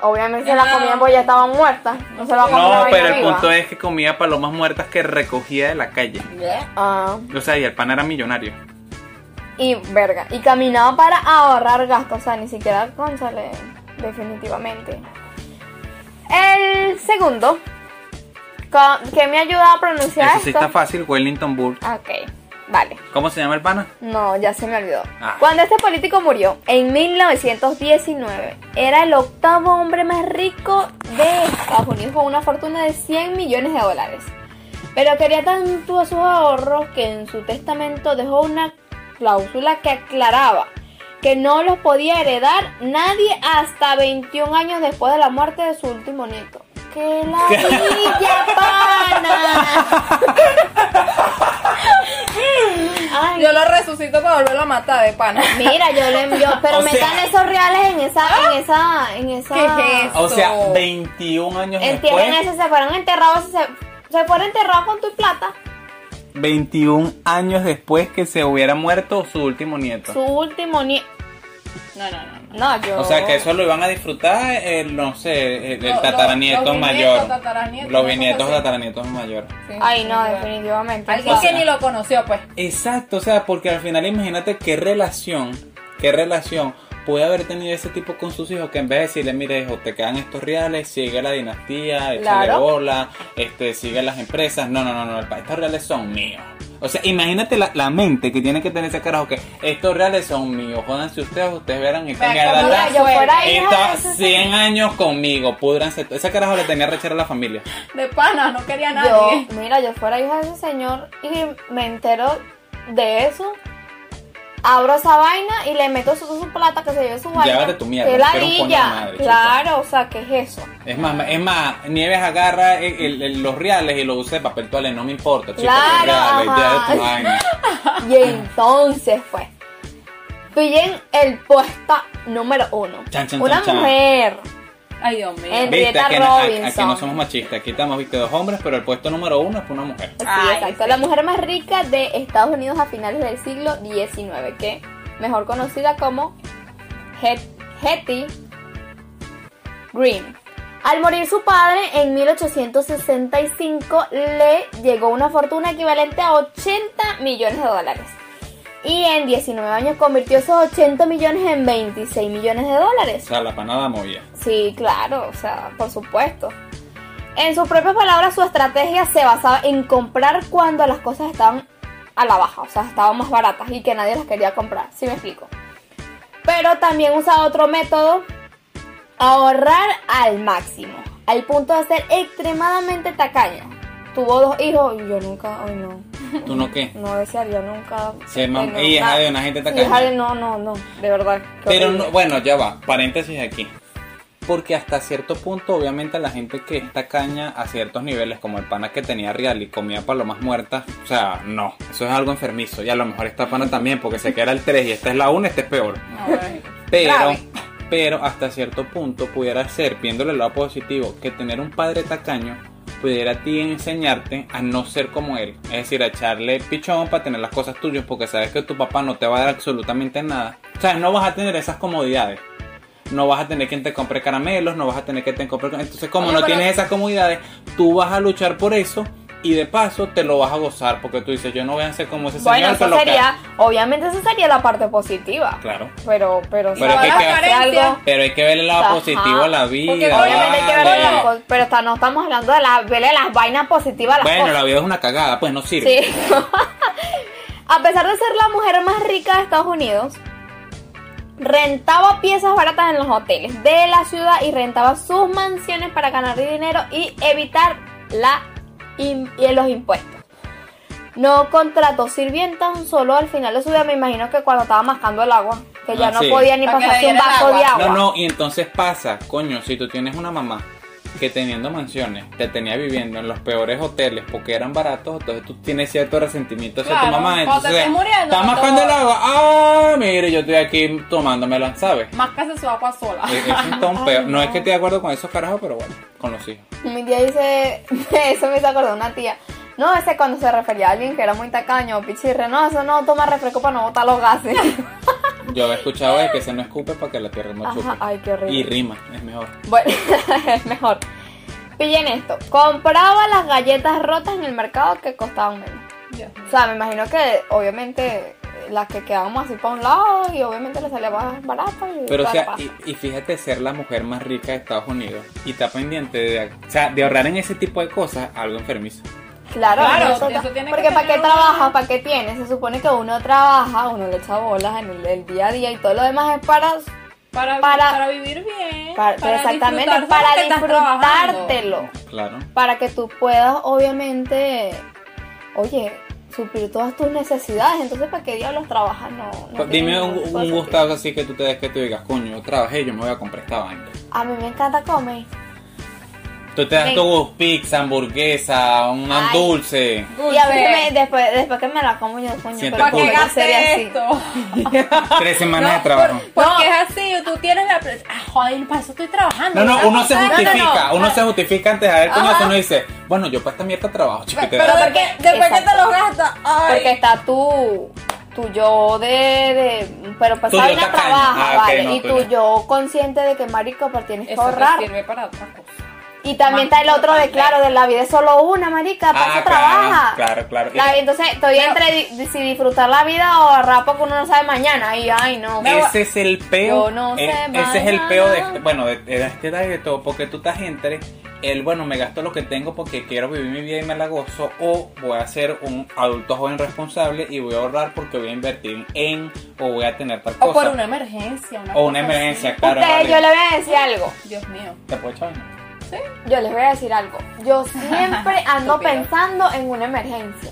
S2: Obviamente se las
S1: Ah.
S2: comían porque ya estaban muertas. No se las comían.
S3: No, pero el punto es que comía palomas muertas que recogía de la calle.
S2: Ah,
S3: O sea, y el pan era millonario.
S2: y verga. Y caminaba para ahorrar gastos, o sea, ni siquiera cónsale, definitivamente. El segundo, co- que me ayuda a pronunciar
S3: Eso sí
S2: esto?
S3: está fácil, Wellington Bull.
S2: Ok, vale.
S3: ¿Cómo se llama el pana?
S2: No, ya se me olvidó.
S3: Ah.
S2: Cuando este político murió, en 1919, era el octavo hombre más rico de Estados Unidos con una fortuna de 100 millones de dólares. Pero quería tanto a sus ahorros que en su testamento dejó una cláusula que aclaraba que no los podía heredar nadie hasta 21 años después de la muerte de su último nieto. ¡Qué la villa, pana! Ay,
S1: Yo lo resucito para volverlo a matar de pana.
S2: Mira, yo le envío, pero
S3: O
S2: metan
S3: sea-
S2: esos reales en esa, en esa, en esa.
S1: ¡Ah! ¿Qué es eso?
S3: O sea, 21 años
S2: Entierren
S3: después.
S2: eso, se fueron enterrados, se, se fueron enterrados con tu plata.
S3: 21 años después que se hubiera muerto su último nieto.
S2: Su último ni
S1: No, no, no, no.
S2: No, yo.
S3: O sea que eso lo iban a disfrutar, eh, no sé, el, el
S1: Lo- lo-
S3: tataranieto
S1: los
S3: mayor.
S1: bisnietos, tataranietos,
S3: los
S1: una
S3: bisnietos,
S1: cosa así.
S3: tataranietos mayores.
S1: Sí,
S2: Ay,
S1: sí,
S2: no,
S1: sí,
S2: definitivamente.
S1: Alguien
S2: O sea,
S1: que ni lo conoció, pues.
S3: Exacto, o sea, porque al final imagínate qué relación, qué relación puede haber tenido ese tipo con sus hijos que en vez de decirle, mire hijo, te quedan estos reales, sigue la dinastía, échale
S2: Claro.
S3: bola, este, sigue las empresas, no, no, no, no, pa- estos reales son míos. O sea, imagínate la, la mente que tiene que tener ese carajo que estos reales son míos, jódanse ustedes, ustedes verán
S1: Vea,
S3: esta mierda.
S1: como
S2: Mira,
S3: atrás.
S1: la-
S2: yo fuera hija de
S3: Está
S2: ese
S3: 100 años conmigo, pudranse. Ese carajo le tenía rechero a la familia.
S1: De pana, no quería a
S2: Yo,
S1: nadie.
S2: mira, yo fuera hija de ese señor y me entero de eso. Abro esa vaina y le meto su, su plata que se lleve su vaina.
S3: Llévate tu mierda,
S2: Qué
S3: no quiero un coño de
S2: ladilla.
S3: madre, chica.
S2: claro, o sea, ¿qué es eso?
S3: Es más, es más, Nieves agarra el- el- el- los reales y los usa de papel toalla, no me importa, chicos.
S2: Claro,
S3: reales, ya
S2: ajá.
S3: de tu vaina.
S2: Y entonces fue. Pillen el puesta número uno.
S3: Chan, chan,
S2: Una
S3: chan, chan.
S2: mujer.
S1: Ay, Dios mío.
S2: El-
S3: Viste,
S2: Henrietta
S3: aquí, no- a-
S2: Robinson.
S3: aquí no somos machistas, aquí estamos, viste, dos hombres, pero el puesto número uno es una mujer.
S2: Sí,
S1: Ay,
S2: exacto.
S1: sí.
S2: La mujer más rica de Estados Unidos a finales del siglo XIX, que mejor conocida como Het- Hetty Green. Al morir su padre en 1865 le llegó una fortuna equivalente a 80 millones de dólares. Y en 19 años convirtió esos 80 millones en 26 millones de
S3: O
S2: dólares.
S3: sea, la panada movía.
S2: Sí, claro, o sea, por supuesto. En sus propias palabras, su estrategia se basaba en comprar cuando las cosas estaban a la baja, o sea, estaban más baratas y que nadie las quería comprar, si me explico. Pero también usaba otro método, ahorrar al máximo, al punto de ser extremadamente tacaña. Tuvo dos hijos y yo nunca, ay no,
S3: ¿Tú no qué?
S2: no desearía nunca.
S3: Ser mam-
S2: tener
S3: hija de una gente tacaña.
S2: Hija de- no, no, no, de verdad. qué
S3: Pero
S2: horrible.
S3: no- bueno, ya va, paréntesis aquí. Porque hasta cierto punto, obviamente, la gente que está caña a ciertos niveles, como el pana que tenía real y comía palomas muertas, o sea, no, eso es algo enfermizo. Y a lo mejor esta pana también, porque sé que era el 3 y esta es la 1, este es peor.
S1: A ver.
S3: Pero,
S1: Grave.
S3: pero hasta cierto punto pudiera ser, viéndole el lado positivo, que tener un padre tacaño pudiera a ti enseñarte a no ser como él. Es decir, a echarle pichón para tener las cosas tuyas porque sabes que tu papá no te va a dar absolutamente nada. O sea, no vas a tener esas comodidades. No vas a tener quien te compre caramelos, no vas a tener que te compre... Entonces, como
S1: Oye,
S3: no
S1: pero-
S3: tienes esas comodidades, tú vas a luchar por eso y de paso te lo vas a gozar porque tú dices, yo no voy a ser como ese
S2: Bueno,
S3: señor. que
S2: eso
S3: lo
S2: sería, obviamente esa sería la parte positiva.
S3: Claro.
S2: Pero, pero,
S3: Pero
S2: si
S3: es que-
S2: hace
S1: carencia.
S2: algo-
S3: Pero hay que ver el lado
S2: Ajá.
S3: positivo a la vida.
S1: Porque
S2: obviamente hay que ver
S3: vale.
S2: las cosas, pero está- no estamos hablando de las, vele las vainas positivas. a Las
S3: Bueno, la
S2: cosas.
S3: vida es una cagada, pues no sirve.
S2: Sí. a pesar de ser la mujer más rica de Estados Unidos, rentaba piezas baratas en los hoteles de la ciudad y rentaba sus mansiones para ganar dinero y evitar la im- y los impuestos. No contrató sirvientas solo al final de su vida, me imagino que cuando estaba mascando el agua, que ya
S3: Ah,
S2: no
S3: sí.
S2: podía ni
S1: Para que le
S2: pasarse un
S1: diera el
S2: vaso
S1: agua.
S2: de agua.
S3: No, no, y entonces pasa, coño, si tú tienes una mamá que teniendo mansiones, te tenía viviendo en los peores hoteles porque eran baratos, entonces tú tienes cierto resentimiento hacia tu
S1: Claro,
S3: mamá.
S1: cuando te
S3: Entonces,
S1: estés muriendo,
S3: estás
S1: no te
S3: mascando el
S1: jodas.
S3: agua. Ah, mire, yo estoy aquí tomándomela, ¿sabes?
S1: Más que hace su agua sola.
S3: Es, es un ton peor. No es que esté de acuerdo con esos carajos, pero bueno, con los hijos.
S2: Mi tía dice, eso me hizo acordar una tía. No, ese cuando se refería a alguien que era muy tacaño o pichirre. No, eso no toma refresco para no botar los gases.
S3: Yo he escuchado de que se no escupe para que la tierra no
S2: Ajá,
S3: chupe.
S2: ay, qué horrible.
S3: Y rima, es mejor.
S2: Bueno, es mejor. Pillen esto. Compraba las galletas rotas en el mercado que costaban menos.
S1: Dios mío.
S2: O sea, me imagino que obviamente las que quedaban así para un lado y obviamente les salía más barata. Y
S3: Pero, o
S2: toda la
S3: sea,
S2: paz.
S3: y, y fíjate ser la mujer más rica de Estados Unidos y está pendiente de, o sea, de ahorrar en ese tipo de cosas, algo enfermizo.
S2: Claro,
S1: Claro,
S2: eso
S1: eso
S2: ta-
S1: tiene que
S2: porque para
S1: tener
S2: qué
S1: una-
S2: trabaja, para qué tiene. Se supone que uno trabaja, uno le echa bolas en el, el día a día y todo lo demás es para,
S1: Para,
S2: para-
S1: para, vivir bien.
S2: para- exactamente
S1: disfrutar todo lo
S2: para
S1: que estás trabajando.
S2: disfrutártelo,
S3: Claro.
S2: para que tú puedas obviamente, oye, suplir todas tus necesidades. Entonces, ¿para qué diablos trabajas? No, no
S3: Pues
S2: tiene
S3: Dime un,
S2: ningún tipo de
S3: un
S2: sentido.
S3: gustazo así que tú te des que tú digas, coño, yo trabajé, yo me voy a comprar esta vaina.
S2: A mí me encanta comer.
S3: Tú te das
S2: Me-
S3: tu gusto, pizza, hamburguesa, un
S2: Ay.
S3: dulce.
S2: Y a veces
S1: Dulce.
S2: me- después, después que me la como yo, coño,
S3: Siente
S2: pero
S1: ¿Para
S3: culpa.
S1: qué
S2: ¿cómo
S3: Porque
S2: no sería
S1: gasté
S2: así?
S1: esto?
S3: Tres semanas de
S1: No,
S3: trabajo.
S1: por- porque es así, tú tienes la presión. Ah, joder, para eso estoy trabajando.
S3: No, no,
S1: ¿sabes?
S3: uno se
S1: No, no, no.
S3: justifica, uno se justifica antes de ver cómo
S1: Ajá.
S3: hace, uno dice, bueno, yo para esta mierda trabajo, chiquitera.
S1: Pero ¿por qué- después que te
S2: Exacto.
S1: lo gastas, ay.
S2: Porque está tu, tu yo de, de canon, pero para
S3: Tú,
S2: esa
S3: yo
S2: vaina
S3: tacaño.
S2: trabaja,
S3: Ah, ok,
S2: vale.
S3: no,
S2: y
S3: tú
S2: tú,
S3: ya.
S2: yo consciente de que marico, pero tienes que
S1: Eso te
S2: ahorrar.
S1: sirve para otra cosa.
S2: Y también
S1: Más
S2: está el otro de,
S1: importante.
S2: claro, de la vida es solo una, marica, para
S3: Ah,
S2: eso trabaja.
S3: claro, claro, claro. Y-
S2: La- entonces, estoy
S1: Pero-
S2: entre di- di- si disfrutar la vida o ahorrar porque uno no sabe mañana. Y, ay, no.
S1: Me-
S3: Ese es el
S2: Yo
S3: peo.
S2: no
S3: e-
S2: sé
S3: ese es el
S2: bailar.
S3: peo de, bueno, de, de esta edad y de todo, porque tú estás entre el, bueno, me gasto lo que tengo porque quiero vivir mi vida y me la gozo, o voy a ser un adulto joven responsable y voy a ahorrar porque voy a invertir en, o voy a tener tal cosa.
S1: O por una emergencia. Una
S3: O
S1: cosa así.
S3: una emergencia, claro.
S2: Ustedes,
S3: vale.
S2: yo les voy a decir algo.
S1: Dios mío.
S3: ¿Te puedo echar?
S2: Yo les voy a decir algo. Yo siempre ando
S1: Estúpido.
S2: pensando en una emergencia.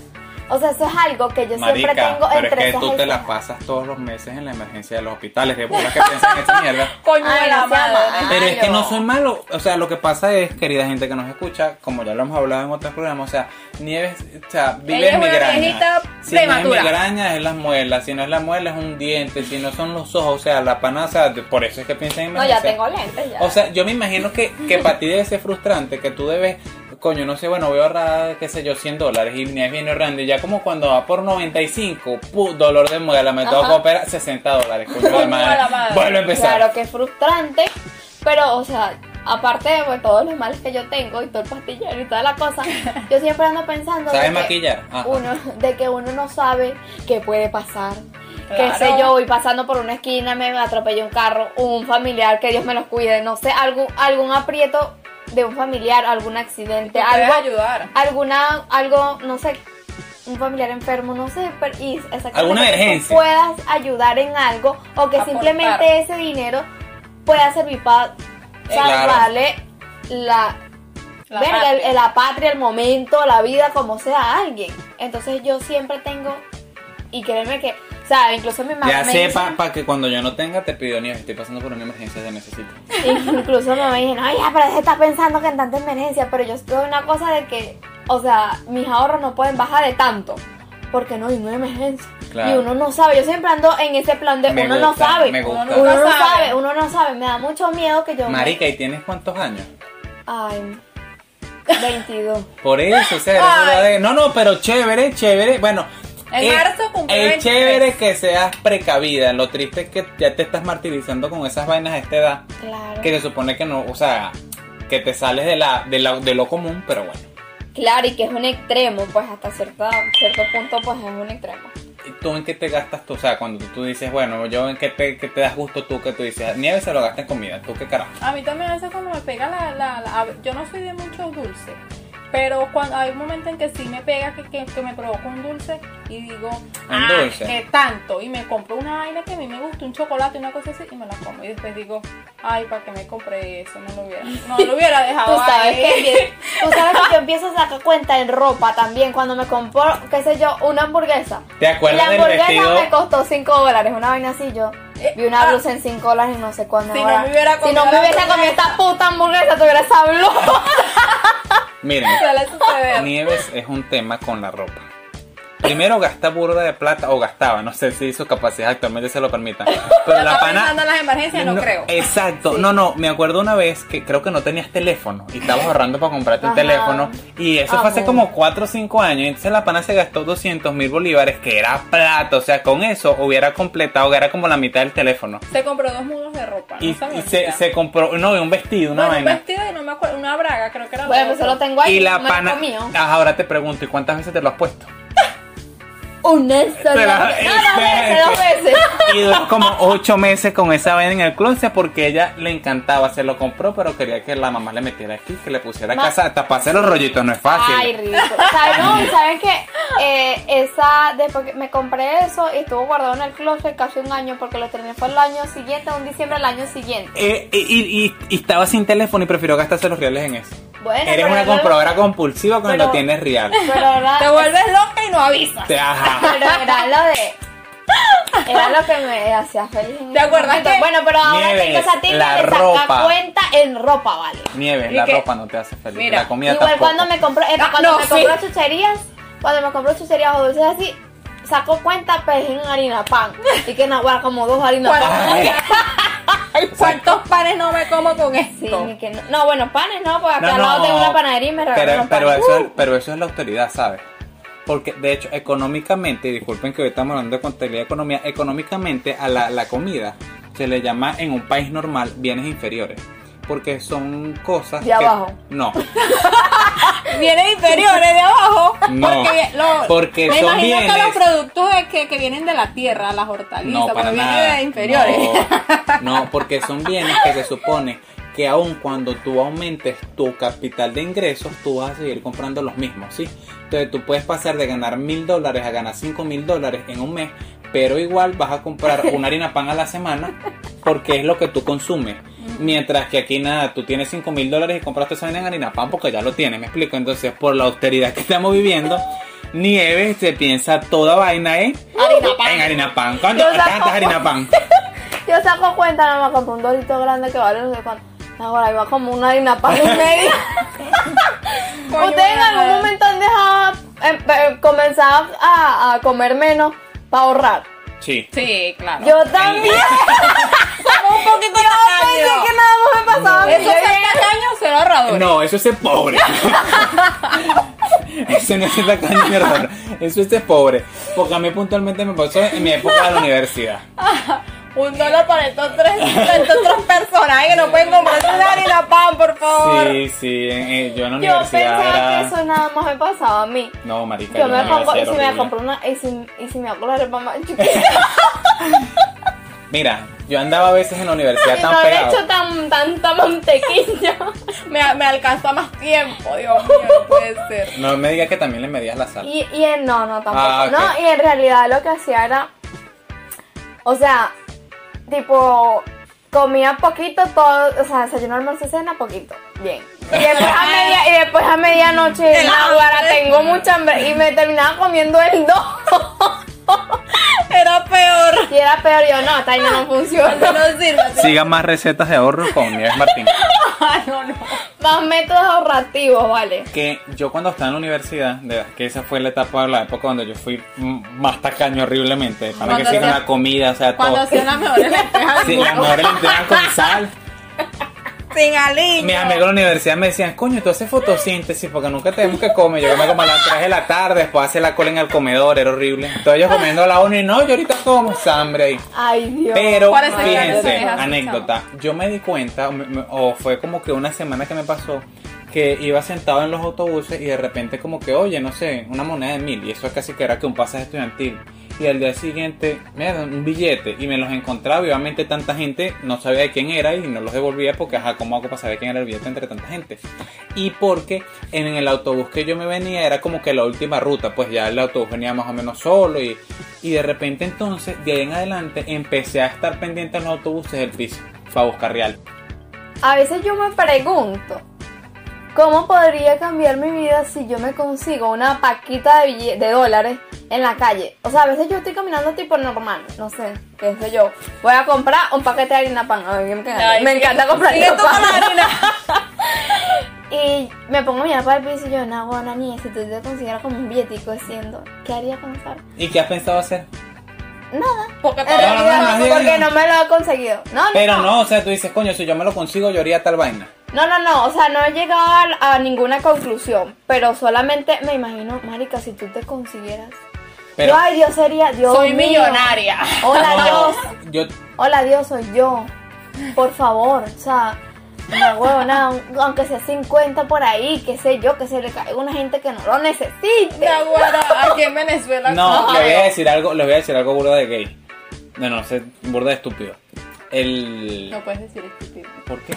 S2: O sea, eso es algo que yo siempre
S3: Marica,
S2: tengo
S3: pero
S2: entre
S3: es que
S2: cejas
S3: tú
S2: y
S3: te la
S2: cejas.
S3: pasas todos los meses en la emergencia de los hospitales, de bola que piensan en esa mierda.
S1: Coño
S2: Ay,
S1: de
S2: no
S1: la
S2: sea
S1: madre.
S2: mala.
S3: Pero es que
S2: Claro.
S3: no soy malo. O sea, lo que pasa es, querida gente que nos escucha, como ya lo hemos hablado en otros programas, o sea, Nieves, o sea, vive
S1: Ella es
S3: en
S1: una
S3: migraña.
S1: viejita
S3: Si no es
S1: prematura.
S3: migraña, es las muelas. Si no es la muela, es un diente. Si no son los ojos, o sea, la panaza. Por eso es que piensan en
S2: No, ya
S3: emergencia.
S2: tengo lentes. Ya.
S3: O sea, yo me imagino que, que para ti debe ser frustrante, que tú debes, coño, no sé, bueno, voy a ahorrar, qué sé yo, 100 dólares y Nieves viene ahorrando y ya como cuando va por 95, pu, dolor de muela, me tengo que
S2: Ajá.
S3: operar 60 dólares, coño, de
S1: Coño,
S3: madre.
S1: la madre.
S3: Vuelvo a empezar.
S2: Claro que es frustrante, pero, o sea, aparte de pues, todos los males que yo tengo y todo el pastillero y toda la cosa, yo siempre ando pensando de
S3: ¿Sabes
S2: que,
S3: maquillar? Ah, Ajá.
S2: uno, de que uno no sabe qué puede pasar.
S1: Claro.
S2: Qué sé yo, voy pasando por una esquina, me atropelló un carro, un familiar, que Dios me los cuide, no sé, algún, algún aprieto de un familiar, algún accidente,
S1: Te puede
S2: algo,
S1: ayudar.
S2: alguna, algo, no sé, un familiar enfermo, no sé, pero y exactamente
S3: Alguna
S2: que tú
S3: emergencia.
S2: puedas ayudar en algo o que
S1: Aportar.
S2: simplemente ese dinero pueda servir para
S3: Eh, Claro.
S2: salvarle la,
S1: La
S2: verga, el-
S1: patria.
S2: la patria, el momento, la vida, como sea a alguien. Entonces yo siempre tengo, y créeme que, o sea, incluso mi mamá
S3: Ya
S2: me
S3: sepa,
S2: dice-
S3: para que cuando yo no tenga te pido Nieves, estoy pasando por una emergencia de necesito.
S2: Incluso mamá me dijeron, ay, ya, pero estás pensando que en tanta emergencia, pero yo estoy en una cosa de que, o sea, mis ahorros no pueden bajar de tanto. Porque no, hay una emergencia.
S3: Claro.
S2: Y uno no sabe, yo siempre ando en ese plan de
S3: Me
S2: uno no
S3: gusta,
S2: sabe.
S3: me
S2: uno
S3: gusta.
S2: no
S1: Uno
S2: sabe.
S1: sabe.
S2: uno no sabe. Me da mucho miedo que yo... me-
S3: Marica, ¿y tienes cuántos años?
S2: Ay, 22.
S3: Por eso, o sea, eres
S1: Ay.
S3: una de- No, no, pero chévere, chévere. Bueno,
S1: En
S3: es-
S1: marzo cumplí
S3: Es
S1: 23.
S2: pues.
S3: chévere que seas precavida. Lo triste es que ya te estás martirizando con esas vainas a esta edad.
S2: Claro.
S3: Que se supone que no, o sea, que te sales de, la, de, la- de lo común, pero bueno.
S2: Claro, y que es un extremo, pues hasta cierta, cierto punto, pues es un extremo.
S3: ¿Y ¿Tú en qué te gastas tú? O sea, cuando tú dices, bueno, yo en qué te, qué te das gusto tú, que tú dices, "Ah, nieve se lo gasta en comida, tú qué carajo.
S1: A mí también a veces cuando me pega la, la, la- a- Yo no soy de muchos dulces, pero cuando hay un momento en que sí me pega, que, que, que me provoca un dulce y digo, ah,
S3: dulce?
S1: que tanto, y me compro una vaina que a mí me gusta, un chocolate, una cosa así, y me la como. Y después digo, ay, ¿para qué me compré eso? No lo hubiera, no lo hubiera
S2: Tú
S1: dejado
S2: sabes,
S1: ahí".
S2: que, tú sabes que yo empiezo a sacar cuenta en ropa también cuando me compro, qué sé yo, una hamburguesa.
S3: ¿Te acuerdas
S2: la
S3: del
S2: hamburguesa
S3: vestido?
S2: me costó 5 dólares, una vaina así yo.
S1: Eh,
S2: Vi una
S1: ah.
S2: blusa en 5 dólares y no sé cuándo.
S1: Si no me hubiera
S2: si no
S1: comido
S2: me
S1: la
S2: hubiese
S1: hamburguesa.
S2: comido esta puta hamburguesa, tuviera esa blusa.
S3: Miren,
S1: Suele suceder.
S3: Nieves es un tema con la ropa. Primero gasta burda de plata o gastaba, no sé si sus capacidades actualmente se lo permitan. Pero la
S1: Está
S3: pana. eh.
S1: pensando en las emergencias, no, creo.
S3: Exacto, no, no, me acuerdo una vez que creo que no tenías teléfono y estabas ahorrando para comprarte un
S2: Ajá.
S3: teléfono y eso fue
S1: Ah,
S3: hace
S2: Amor.
S3: como 4 o 5 años, entonces la pana se gastó 200 mil bolívares que era plata, o sea, con eso hubiera completado, que era como la mitad del teléfono.
S1: Se compró dos mudos de ropa.
S3: Y,
S1: Ah, no se me
S3: y se,
S1: olvida.
S3: se compró, no, un vestido, una
S1: bueno, un
S3: vaina.
S1: vestido y no me acuerdo, una braga, creo que era
S2: Bueno,
S1: lo
S2: pues
S1: otro.
S2: solo tengo ahí.
S3: y la
S2: no es
S3: pana,
S2: mío.
S3: Ajá, ahora te pregunto, ¿y cuántas veces te lo has puesto?
S2: Una
S3: Te
S2: sola.
S3: la-
S2: vez. No, dos veces, dos veces.
S3: Y duró como ocho meses con esa vaina en el closet porque ella le encantaba, se lo compró, pero quería que la mamá le metiera aquí, que le pusiera
S2: Ma-
S3: casa, taparse los rollitos, no es fácil.
S2: Ay, rico. ¿Sabes? No, ¿saben qué? Eh, esa, después que me compré eso y estuvo guardado en el closet casi un año porque lo terminé fue el año siguiente, un diciembre del año siguiente.
S3: Eh, y, y- y- y estaba sin teléfono y prefirió gastarse los reales en eso.
S2: Bueno,
S3: Eres
S2: pero
S3: una
S2: luego-
S3: compradora compulsiva cuando
S2: pero-
S3: tienes real.
S2: Pero ahora
S1: Te vuelves loca y no avisas.
S3: Te- Ajá.
S2: Pero era lo de. Era lo que me hacía feliz. en
S1: ¿Te
S2: ese
S1: acuerdas
S2: momento.
S1: que-
S2: Bueno, pero ahora
S3: Nieves,
S2: tengo esa técnica
S3: la
S2: de
S3: ropa.
S2: sacar cuenta en ropa, vale.
S3: Nieve,
S1: Y
S3: la
S1: que-
S3: ropa no te hace feliz.
S1: Mira,
S3: la comida
S2: Igual
S3: tampoco.
S2: cuando me compro. epa,
S1: Ah,
S2: cuando
S1: no,
S2: me
S1: sí.
S2: compro chucherías, cuando me compro chucherías o dulces así, saco cuenta, pero es en harina pan. Y que no, bueno, como dos harinas
S1: ¿Cuántos,
S2: pan.
S3: Ay.
S1: ¿Cuántos panes no me como con
S2: Sí,
S1: esto?
S2: ni que no. no, bueno, panes no, porque acá
S3: No,
S2: al lado
S3: no.
S2: tengo una panadería y me regalan
S3: pero,
S2: unos
S3: pero
S2: panes. Uh.
S3: eso, es- pero eso es la autoridad, ¿sabes? Porque de hecho, económicamente, y disculpen que hoy estamos hablando de contabilidad y economía, económicamente a la, la comida se le llama en un país normal bienes inferiores. Porque son cosas.
S2: De
S3: que-
S2: abajo.
S3: No,
S1: Viene inferiores de abajo.
S3: No,
S1: Porque, lo-
S3: porque
S1: me
S3: son
S1: imagino que
S3: bienes-
S1: los productos de que, que vienen de la tierra, las hortalizas,
S3: no, para
S2: pues
S1: pero vienen
S3: nada.
S1: de inferiores.
S3: No, no, porque son bienes que se supone que aun cuando tú aumentes tu capital de ingresos, tú vas a seguir comprando los mismos, ¿sí? Entonces tú puedes pasar de ganar mil dólares a ganar cinco mil dólares en un mes, pero igual vas a comprar una harina pan a la semana porque es lo que tú consumes. Mientras que aquí nada, tú tienes cinco mil dólares y compraste esa vaina en harina pan porque ya lo tienes, me explico. Entonces, por la austeridad que estamos viviendo, Nieves se piensa toda vaina, ¿eh?
S1: Harina pan.
S3: En harina pan. ¿Cuánto?
S2: Yo saco-
S3: ¿Cuántas harina pan?
S2: Yo saco cuenta, nada más compré un dorito grande que vale no sé cuánto. Ahora iba como una harina pan y media.
S1: Coño,
S2: Ustedes en
S1: bueno,
S2: algún momento han dejado, em, em, comenzado a, a comer menos para ahorrar.
S3: Sí.
S1: Sí, claro.
S2: Yo también.
S1: Somos un poquito
S2: Pensé
S1: tacaños.
S2: que nada más me pasaba a mí.
S1: Eso
S2: Yo
S1: es
S2: dije,
S1: ser tacaño o ser ahorrador.
S3: No, eso es ser pobre. eso no es ser tacaño ni ahorrador. Eso es ser pobre. Porque a mí puntualmente me pasó en mi época de la universidad.
S1: Un dólar para estos tres, para estos tres personas que no pueden comprar una harina pan, por favor.
S3: Sí, sí, eh, yo en la
S2: Yo
S3: universidad
S2: pensaba
S3: era...
S2: que eso nada más me pasaba a mí.
S3: No, marica,
S2: Yo
S3: en la
S2: me compro, y si
S3: universidad era
S2: me
S3: horrible.
S2: compro una, y si, y si me hago la arepa más chiquita,
S3: Mira, yo andaba a veces en la universidad
S2: y
S3: tan
S2: no le
S3: pegado.
S2: echo tan, tanta mantequilla.
S1: Me, me alcanza más tiempo, Dios mío, no puede ser.
S3: No me digas que también le medías la sal.
S2: Y, y en, no, no, tampoco.
S3: Ah, ok.
S2: No, y en realidad lo que hacía era. O sea, tipo, comía poquito todo. O sea, desayuno, almuerzo, cena, poquito. Bien. Y después a, media, y después a medianoche,
S1: El
S2: ahora
S1: hambre.
S2: tengo mucha hambre. Y me terminaba comiendo el dos.
S1: Era peor.
S2: Y era peor, yo no, esta vaina no
S1: Eso
S2: funciona.
S1: no sirve.
S3: Sigan más recetas de ahorro con Nieves Martín.
S1: Ah, no, no.
S2: Más métodos ahorrativos, vale.
S3: que yo cuando estaba en la universidad, de verdad que esa fue la etapa, la época donde yo fui mm, más tacaño horriblemente, para que
S1: Cuando
S3: sí con
S1: sea-
S3: la comida, o sea, todo.
S1: Cuando hacían las mejores lentejas
S3: Sí,
S1: del
S3: las
S1: mundo.
S3: mejores lentejas con sal.
S1: Sin aliño.
S3: Mis amigos de la universidad me decían, coño, tú haces fotosíntesis porque nunca tenemos que comer. Yo comía como a las 3 de la tarde, después hacer la cola en el comedor, era horrible. Todos ellos comiendo a la 1 y no, yo ahorita como hambre ahí.
S2: Ay, Dios.
S3: Pero
S1: Parece que no te
S3: fíjense,
S1: dejas
S3: anécdota, yo me di cuenta, o me- me- o fue como que una semana que me pasó, que iba sentado en los autobuses y de repente como que, oye, no sé, una moneda de mil, y eso casi que era que un pasaje estudiantil. Y al día siguiente, mira, un billete, y me los encontraba, y obviamente tanta gente no sabía de quién era y no los devolvía porque, ajá, ¿cómo hago para saber quién era el billete entre tanta gente? Y porque en el autobús que yo me venía era como que la última ruta, pues ya el autobús venía más o menos solo y, y de repente entonces, de ahí en adelante, empecé a estar pendiente en los autobuses del piso para buscar real.
S2: A veces yo me pregunto, ¿cómo podría cambiar mi vida si yo me consigo una paquita de, bille- de dólares en la calle? O sea, a veces yo estoy caminando tipo normal, no sé, qué sé yo. Voy a comprar un paquete de harina pan. Ay, me encanta,
S1: Ay,
S2: me
S1: sí.
S2: encanta comprar
S1: Sigue
S2: harina
S1: tú con la
S2: pan.
S1: harina.
S2: Y me pongo a mirar para el piso y yo, no, bueno, ni si tú te consiguieras como un billetico siendo, ¿qué haría con eso?
S3: ¿Y qué has pensado hacer?
S2: Nada.
S1: Porque
S2: En
S1: todo
S3: no,
S2: realidad,
S3: no, no, no, no.
S2: porque no me lo he conseguido. No, no,
S3: Pero no, o sea, tú dices, coño, si yo me lo consigo, yo haría tal vaina.
S2: No, no, no, o sea, no he llegado a, a ninguna conclusión, pero solamente me imagino, marica, si tú te consiguieras.
S3: Pero
S2: yo, ay, Dios sería, Dios
S1: soy
S2: mío.
S1: millonaria.
S2: Hola, Dios.
S3: no, yo,
S2: Hola, Dios, soy yo. Por favor, o sea, no, huevona, un- aunque sea 50 por ahí, qué sé yo, que se le caiga a una gente que no lo necesite.
S1: Ya, bueno, aquí en Venezuela.
S3: No,
S1: ¿cómo?
S3: le voy a decir algo, le voy a decir algo burda de gay. No, no, sé, burda de estúpido. El...
S1: No puedes decir estúpido.
S3: ¿Por qué?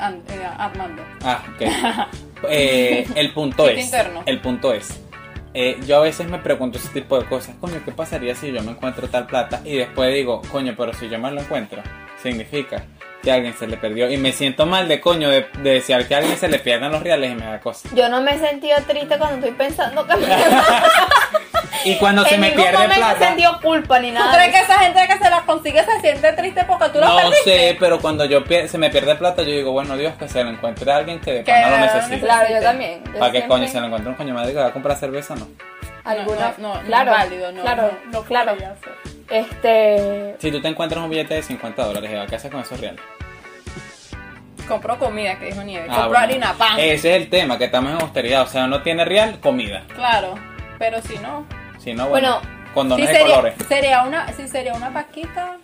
S1: An- eh, Armando.
S3: Ah, ok. Eh, el punto
S1: Chiste
S3: es.
S1: interno.
S3: El punto es. eh, yo a veces me pregunto ese tipo de cosas. Coño, ¿qué pasaría si yo me encuentro tal plata? Y después digo, coño, pero si yo me lo encuentro, significa que a alguien se le perdió. Y me siento mal de coño de, de desear que a alguien se le pierdan los reales y me da cosa.
S2: Yo no me he sentido triste cuando estoy pensando que me...
S3: Y cuando se
S2: en
S3: me
S2: ningún
S3: pierde
S2: momento he
S3: plata.
S2: sentido culpa ni
S1: ¿Tú
S2: nada.
S1: crees que esa gente que se las consigue se siente triste porque tú las
S3: No
S1: perdiste?
S3: sé, pero cuando yo pier- se me pierde plata, yo digo, bueno, Dios, que se lo encuentre a alguien que de
S1: Que
S3: pana lo
S1: no lo
S3: necesite.
S1: necesite.
S2: Claro, yo también. Yo
S3: ¿Para qué
S2: siempre-
S3: coño se lo encuentre un coño madre que va a comprar cerveza? No.
S2: Alguna-
S1: No, no, no,
S2: claro,
S1: es válido, no.
S2: claro,
S1: no, no
S2: claro.
S1: podría ser.
S2: Este.
S3: Si tú te encuentras un billete de 50 dólares, Eva, ¿qué haces con esos reales?
S1: Compró comida, que dijo Nieves.
S3: Ah,
S1: Compró
S3: bueno.
S1: harina pan.
S3: Ese es el tema, que estamos en austeridad. O sea, no tiene real comida.
S1: Claro. Pero si no,
S3: Si no, bueno,
S2: Bueno,
S3: condones
S1: sí
S3: de
S1: sería,
S3: colores.
S1: sería una, sí sería una paquita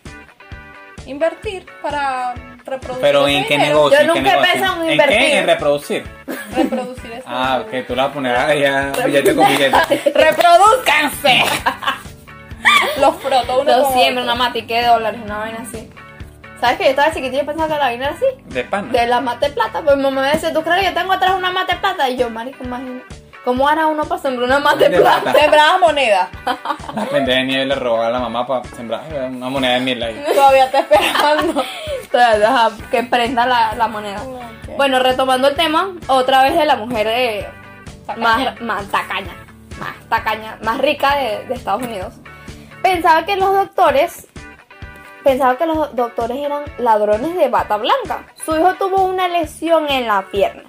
S1: invertir para reproducir.
S3: Pero
S1: ese
S3: ¿en qué
S1: dinero,
S3: negocio?
S2: Yo
S3: ¿En qué
S2: nunca he
S3: negocio?
S2: pensado en
S3: ¿En qué?
S2: invertir.
S3: ¿En reproducir?
S1: Reproducir ese
S3: Ah,
S1: dinero.
S3: ok, tú la vas a poner ahí a billete con billete.
S1: ¡Reproduzcanse! Los froto uno
S2: Yo
S1: con
S2: siempre
S1: otro.
S2: una matique de dólares, una vaina así. ¿Sabes que yo estaba chiquitilla y pensaba que la vaina era así?
S3: De pan.
S2: De la mate plata. Pues mi mamá me decía, ¿tú crees que yo tengo atrás una mate plata? Y yo, marico, imagínate. ¿Cómo hará uno para sembrar una mate
S3: De
S2: plata?
S3: plata.
S1: Sembraba moneda.
S3: La pendeja de nieve le robaba a la mamá para sembrar eh, una moneda de mil ahí.
S1: Todavía está esperando.
S2: Entonces, ajá, que prenda la, la moneda.
S1: Ok.
S2: Bueno, retomando el tema, otra vez de la mujer eh,
S1: Tacaña.
S2: más, más tacaña, más tacaña, más rica de, de Estados Unidos. Pensaba que los doctores, pensaba que los doctores eran ladrones de bata blanca. Su hijo tuvo una lesión en la pierna.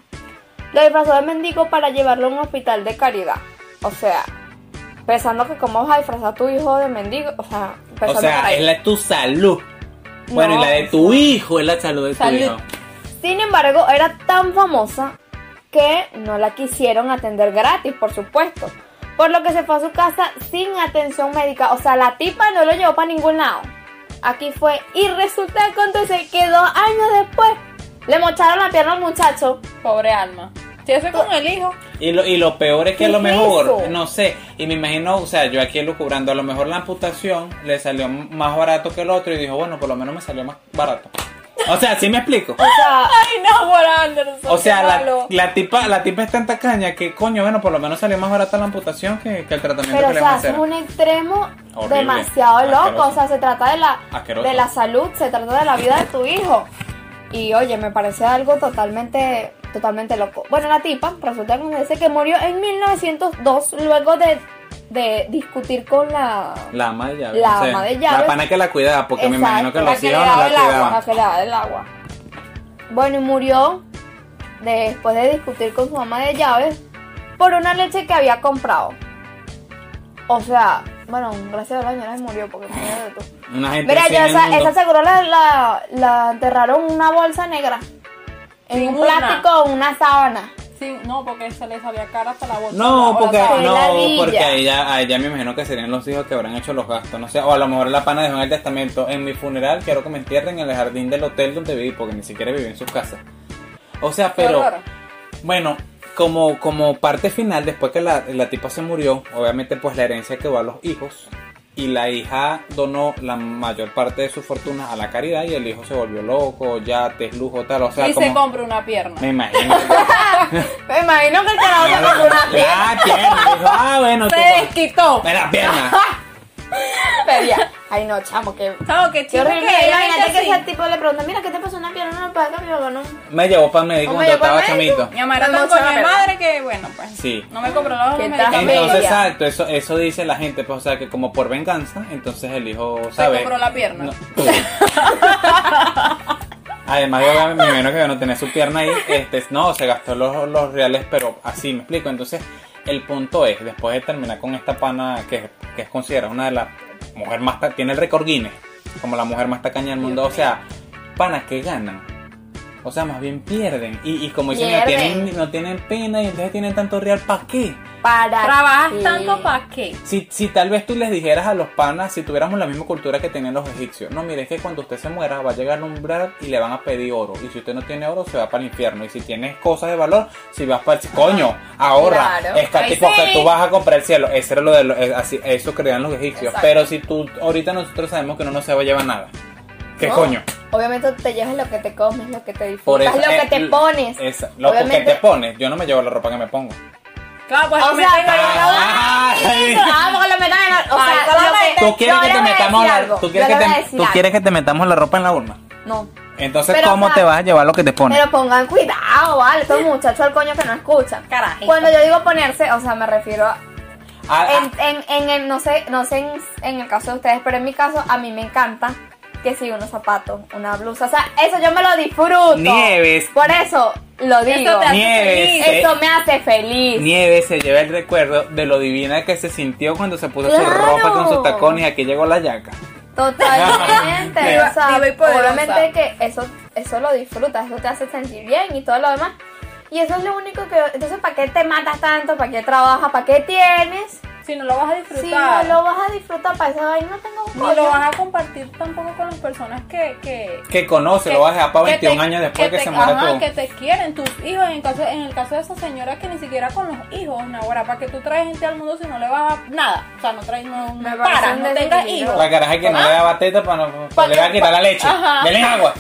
S2: Lo disfrazó de mendigo para llevarlo a un hospital de caridad. O sea, pensando que cómo vas a disfrazar a tu hijo de mendigo, o sea,
S3: O
S2: pensando
S3: sea,
S2: que-
S3: es la de tu salud. Bueno,
S2: No,
S3: y la de tu hijo es la salud de tu
S1: Salud.
S3: hijo.
S2: Sin embargo, era tan famosa que no la quisieron atender gratis, por supuesto. Por lo que se fue a su casa sin atención médica. O sea, la tipa no lo llevó para ningún lado. Aquí fue. Y resulta acontece que dos años después le mocharon la pierna al muchacho.
S1: Pobre alma. Si eso es con el hijo.
S3: Y lo, y lo peor es que a
S2: ¿Qué
S3: lo
S2: es
S3: mejor,
S2: eso?
S3: no sé, y me imagino, o sea, yo aquí lucubrando, a lo mejor la amputación le salió m- más barato que el otro y dijo, bueno, por lo menos me salió más barato. O sea, ¿sí me explico?
S2: O sea,
S1: Ay, no, por Anderson.
S3: O sea,
S1: qué
S3: la,
S1: malo.
S3: la tipa la tipa es tanta caña que, coño, bueno, por lo menos salió más barata la amputación que, que el tratamiento
S2: pero o
S3: que le van a
S2: sea, es
S3: hacer.
S2: un extremo
S3: Horrible.
S2: demasiado loco. O
S3: Asqueroso.
S2: sea, se trata de la,
S3: Asqueroso.
S2: de la salud, se trata de la vida de tu hijo. Y oye, me parece algo totalmente, totalmente loco. Bueno, la tipa resulta que dice que murió en 1902 luego de, de discutir con la...
S3: La ama de llaves.
S2: La
S3: o sea,
S2: ama de llaves.
S3: La pana que la cuidaba, porque me imagino que
S2: Exacto,
S3: los
S2: le
S3: hijos no
S2: daba
S3: la
S2: el agua,
S3: cuidaban.
S2: la que le daba el agua. Bueno, y murió después de discutir con su mamá de llaves por una leche que había comprado. O sea, bueno, gracias a la señora se murió porque murió de todo.
S3: Una gente
S2: Mira,
S3: así
S2: yo
S3: en el
S2: esa,
S3: mundo.
S2: esa seguro la, la, la enterraron en una bolsa negra. En
S1: Sin
S2: un
S1: una.
S2: plástico, en una sábana.
S1: Sí, no, porque se le sabía cara hasta la bolsa.
S3: No,
S1: Ahora
S3: porque,
S1: sabe.
S2: la
S3: no,
S2: villa.
S3: porque a ella, a ella me imagino que serían los hijos que habrán hecho los gastos, no sé, o a lo mejor la pana dejó en el testamento, en mi funeral quiero que me entierren en el jardín del hotel donde viví, porque ni siquiera viví en su casa. O sea,
S1: Qué
S3: pero,
S1: horror.
S3: bueno, como, como parte final, después que la, la tipa se murió, obviamente pues la herencia quedó a los hijos, y la hija donó la mayor parte de su fortuna a la caridad, y el hijo se volvió loco, yates, lujo, tal, o sea,
S1: y se
S3: como...
S1: compra una pierna.
S3: Me imagino.
S2: Me imagino que el carajo se compró una pierna.
S3: Ah, pierna. Dijo, ah, bueno, tú-
S1: Se desquitó.
S3: Mira, pierna.
S2: Pero ya. Ay, no, chamo, que...
S1: Chavo, qué
S2: Qué
S1: chido
S2: horrible.
S1: que era
S2: Imagínate
S1: gente
S2: que ese
S1: así.
S2: tipo le pregunta, mira, ¿qué te pasó una pierna? No, no, para mi papá no.
S3: Me llevó para el médico
S2: Me
S3: cuando
S2: llevó
S3: estaba
S2: al médico.
S3: chamito.
S1: Mi mamá era
S2: Me
S1: tan
S2: mostró
S1: coño
S2: la
S1: de
S2: verdad.
S1: madre que, bueno, pues.
S3: Sí.
S1: No me compró los
S2: Qué
S1: medicamentos.
S2: Familia.
S3: Entonces, exacto, eso, eso dice la gente, pues, o sea, que como por venganza, entonces el hijo sabe.
S1: compró la pierna.
S3: Además, yo me imagino que de no tener su pierna ahí, este, no, se gastó los, los reales, pero así, me explico. Entonces, el punto es, después de terminar con esta pana que, que es considerada una de las mujeres más, ta- tiene el récord Guinness, como la mujer más tacaña del mundo, o sea, panas que ganan. O sea, más bien pierden. Y, y como dicen, no
S2: Pierden.
S3: tienen, no tienen pena y entonces tienen tanto real, ¿para qué?
S2: Para
S1: ¿Trabajas
S2: qué.
S1: tanto para qué?
S3: Si, si tal vez tú les dijeras a los panas, si tuviéramos la misma cultura que tenían los egipcios, no, mire, es que cuando usted se muera va a llegar un umbral y le van a pedir oro. Y si usted no tiene oro, se va para el infierno. Y si tienes cosas de valor, si vas para el coño, ahorra.
S2: Claro.
S3: Es que
S1: Ay,
S3: tipo
S1: sí.
S3: que tú vas a comprar el cielo. Eso era lo de los- eh, así, eso creían los egipcios.
S2: Exacto.
S3: Pero si tú, ahorita nosotros sabemos que no nos se va a llevar nada. ¿Qué
S2: No,
S3: coño?
S2: Obviamente te llevas lo que te comes, lo que te
S3: Por
S2: disfrutas,
S3: eso-
S2: lo que
S3: eh,
S2: te pones.
S3: esa- lo que
S2: Obviamente-
S3: te pones. Yo no me llevo la ropa que me pongo.
S1: Claro, pues
S2: O
S1: me
S2: sea,
S1: tengo ahí.
S3: Ah, Ay.
S2: Ah, porque lo metan en la- O
S1: Ay,
S2: sea,
S1: solamente-
S3: ¿Tú quieres
S2: yo
S3: que
S2: le
S3: te
S2: voy a
S3: metamos
S2: decir
S3: la-
S2: algo,
S3: tú
S2: yo
S3: quieres
S2: le
S3: que
S2: voy a
S3: te-
S2: decir
S3: tú
S2: algo.
S3: quieres que te metamos la ropa en la urna?
S2: No.
S3: Entonces,
S2: Pero,
S3: ¿cómo
S2: o sea,
S3: te vas a llevar lo que te pones?
S2: Pero pongan cuidado, vale. Estos muchachos al coño que no escuchan.
S1: Carajito.
S2: Cuando yo digo ponerse, o sea, me refiero a.
S3: Ah, ah,
S2: En, en, en, el- no sé, no sé en, en el caso de ustedes, pero en mi caso, a mí me encanta que si unos zapatos, una blusa. O sea, eso yo me lo disfruto.
S3: Nieves.
S2: Por eso lo digo.
S1: te hace
S3: Nieves,
S1: feliz.
S3: hace-
S2: Eso me hace feliz.
S3: Nieve se lleva el recuerdo de lo divina que se sintió cuando se puso su
S2: ¡Claro!
S3: ropa con sus tacones y aquí llegó la yaca.
S2: Totalmente,
S3: Diva-
S2: o sea,
S1: diva y poderosa.
S2: obviamente que eso, eso lo disfrutas, eso te hace sentir bien y todo lo demás. Y eso es lo único que, entonces, ¿para qué te matas tanto? ¿Para qué trabajas? ¿Para qué tienes?
S1: Si no lo vas a
S2: Si
S1: disfrutar.
S2: no lo vas a disfrutar para esa vaina, no tengo un
S1: Ni lo
S2: coño.
S1: vas a compartir tampoco con las personas que... que
S3: Que conoce, lo vas a dejar para
S1: que te-
S3: 21 años después que,
S1: te-
S3: se muera
S1: ajá,
S3: todo.
S1: que te quieren tus hijos. En, caso, en el caso de esa señora que ni siquiera con los hijos, Nahuara, ¿para que tú traes gente al mundo si no le vas a nada? O sea, no traes, no,
S2: Me
S1: no
S2: parece
S1: para,
S2: un
S1: no tengas
S2: desequilibrio.
S1: hijos.
S3: La caraja que no le daba teta para no, para- le va a quitar la leche.
S1: Ajá.
S3: Denle agua.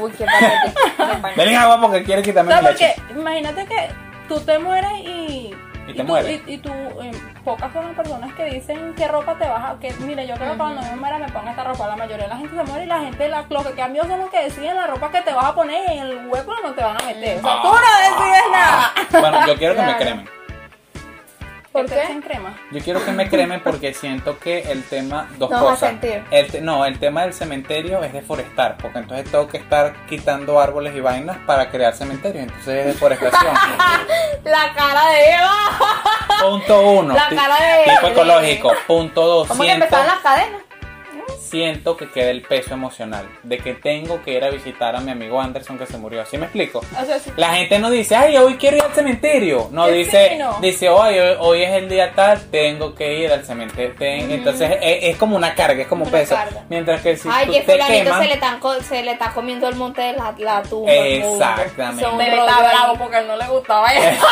S2: Uy, qué patético.
S3: Denle agua porque quiere quitarme
S1: O sea,
S3: la
S1: porque
S3: leche.
S1: imagínate que tú te mueres y...
S3: Y te
S1: tú,
S3: mueres.
S1: Y, y tú, eh, pocas son las personas que dicen qué ropa te vas a... Que, mire, yo creo que cuando me muera me ponga esta ropa. La mayoría de la gente se muere y la gente, la, lo que cambió son los que deciden la ropa que te vas a poner y en el hueco no te van a meter. O sea, tú no decides nada.
S3: Bueno, yo quiero que me
S2: Claro.
S3: cremen.
S2: ¿Por
S1: Que te
S2: qué?
S1: echen crema.
S3: Yo quiero que me cremen porque siento que el tema, dos
S2: Nos va a
S3: cosas.
S2: sentir.
S3: El te- no, el tema del cementerio es deforestar, porque entonces tengo que estar quitando árboles y vainas para crear cementerios, entonces es deforestación.
S2: La cara de Eva.
S3: punto uno.
S2: La
S3: ti-
S2: cara de-
S3: Tipo
S2: de-
S3: ecológico. Punto dos.
S2: ¿Cómo que
S3: siento-
S2: empezaron las cadenas?
S3: siento que queda el peso emocional de que tengo que ir a visitar a mi amigo Anderson que se murió. ¿Sí me explico?
S1: O sea, si-
S3: La gente no dice, ay, hoy quiero ir al cementerio. No,
S1: Qué
S3: dice,
S1: fino.
S3: dice, "Ay, hoy, hoy es el día tal, tengo que ir al cementerio. ten-". Entonces e, es, es como una carga, es como un
S1: Una
S3: peso.
S1: carga.
S3: Mientras que si
S2: Ay,
S3: tú
S2: que
S3: te
S2: fulanito
S3: quemas,
S2: se le, tan co- se le está comiendo el monte de la, la tumba. el mundo.
S3: Exactamente.
S2: Son
S1: Bebé
S2: rollos
S1: está
S2: ahí.
S1: bravo porque no le gustaba eso.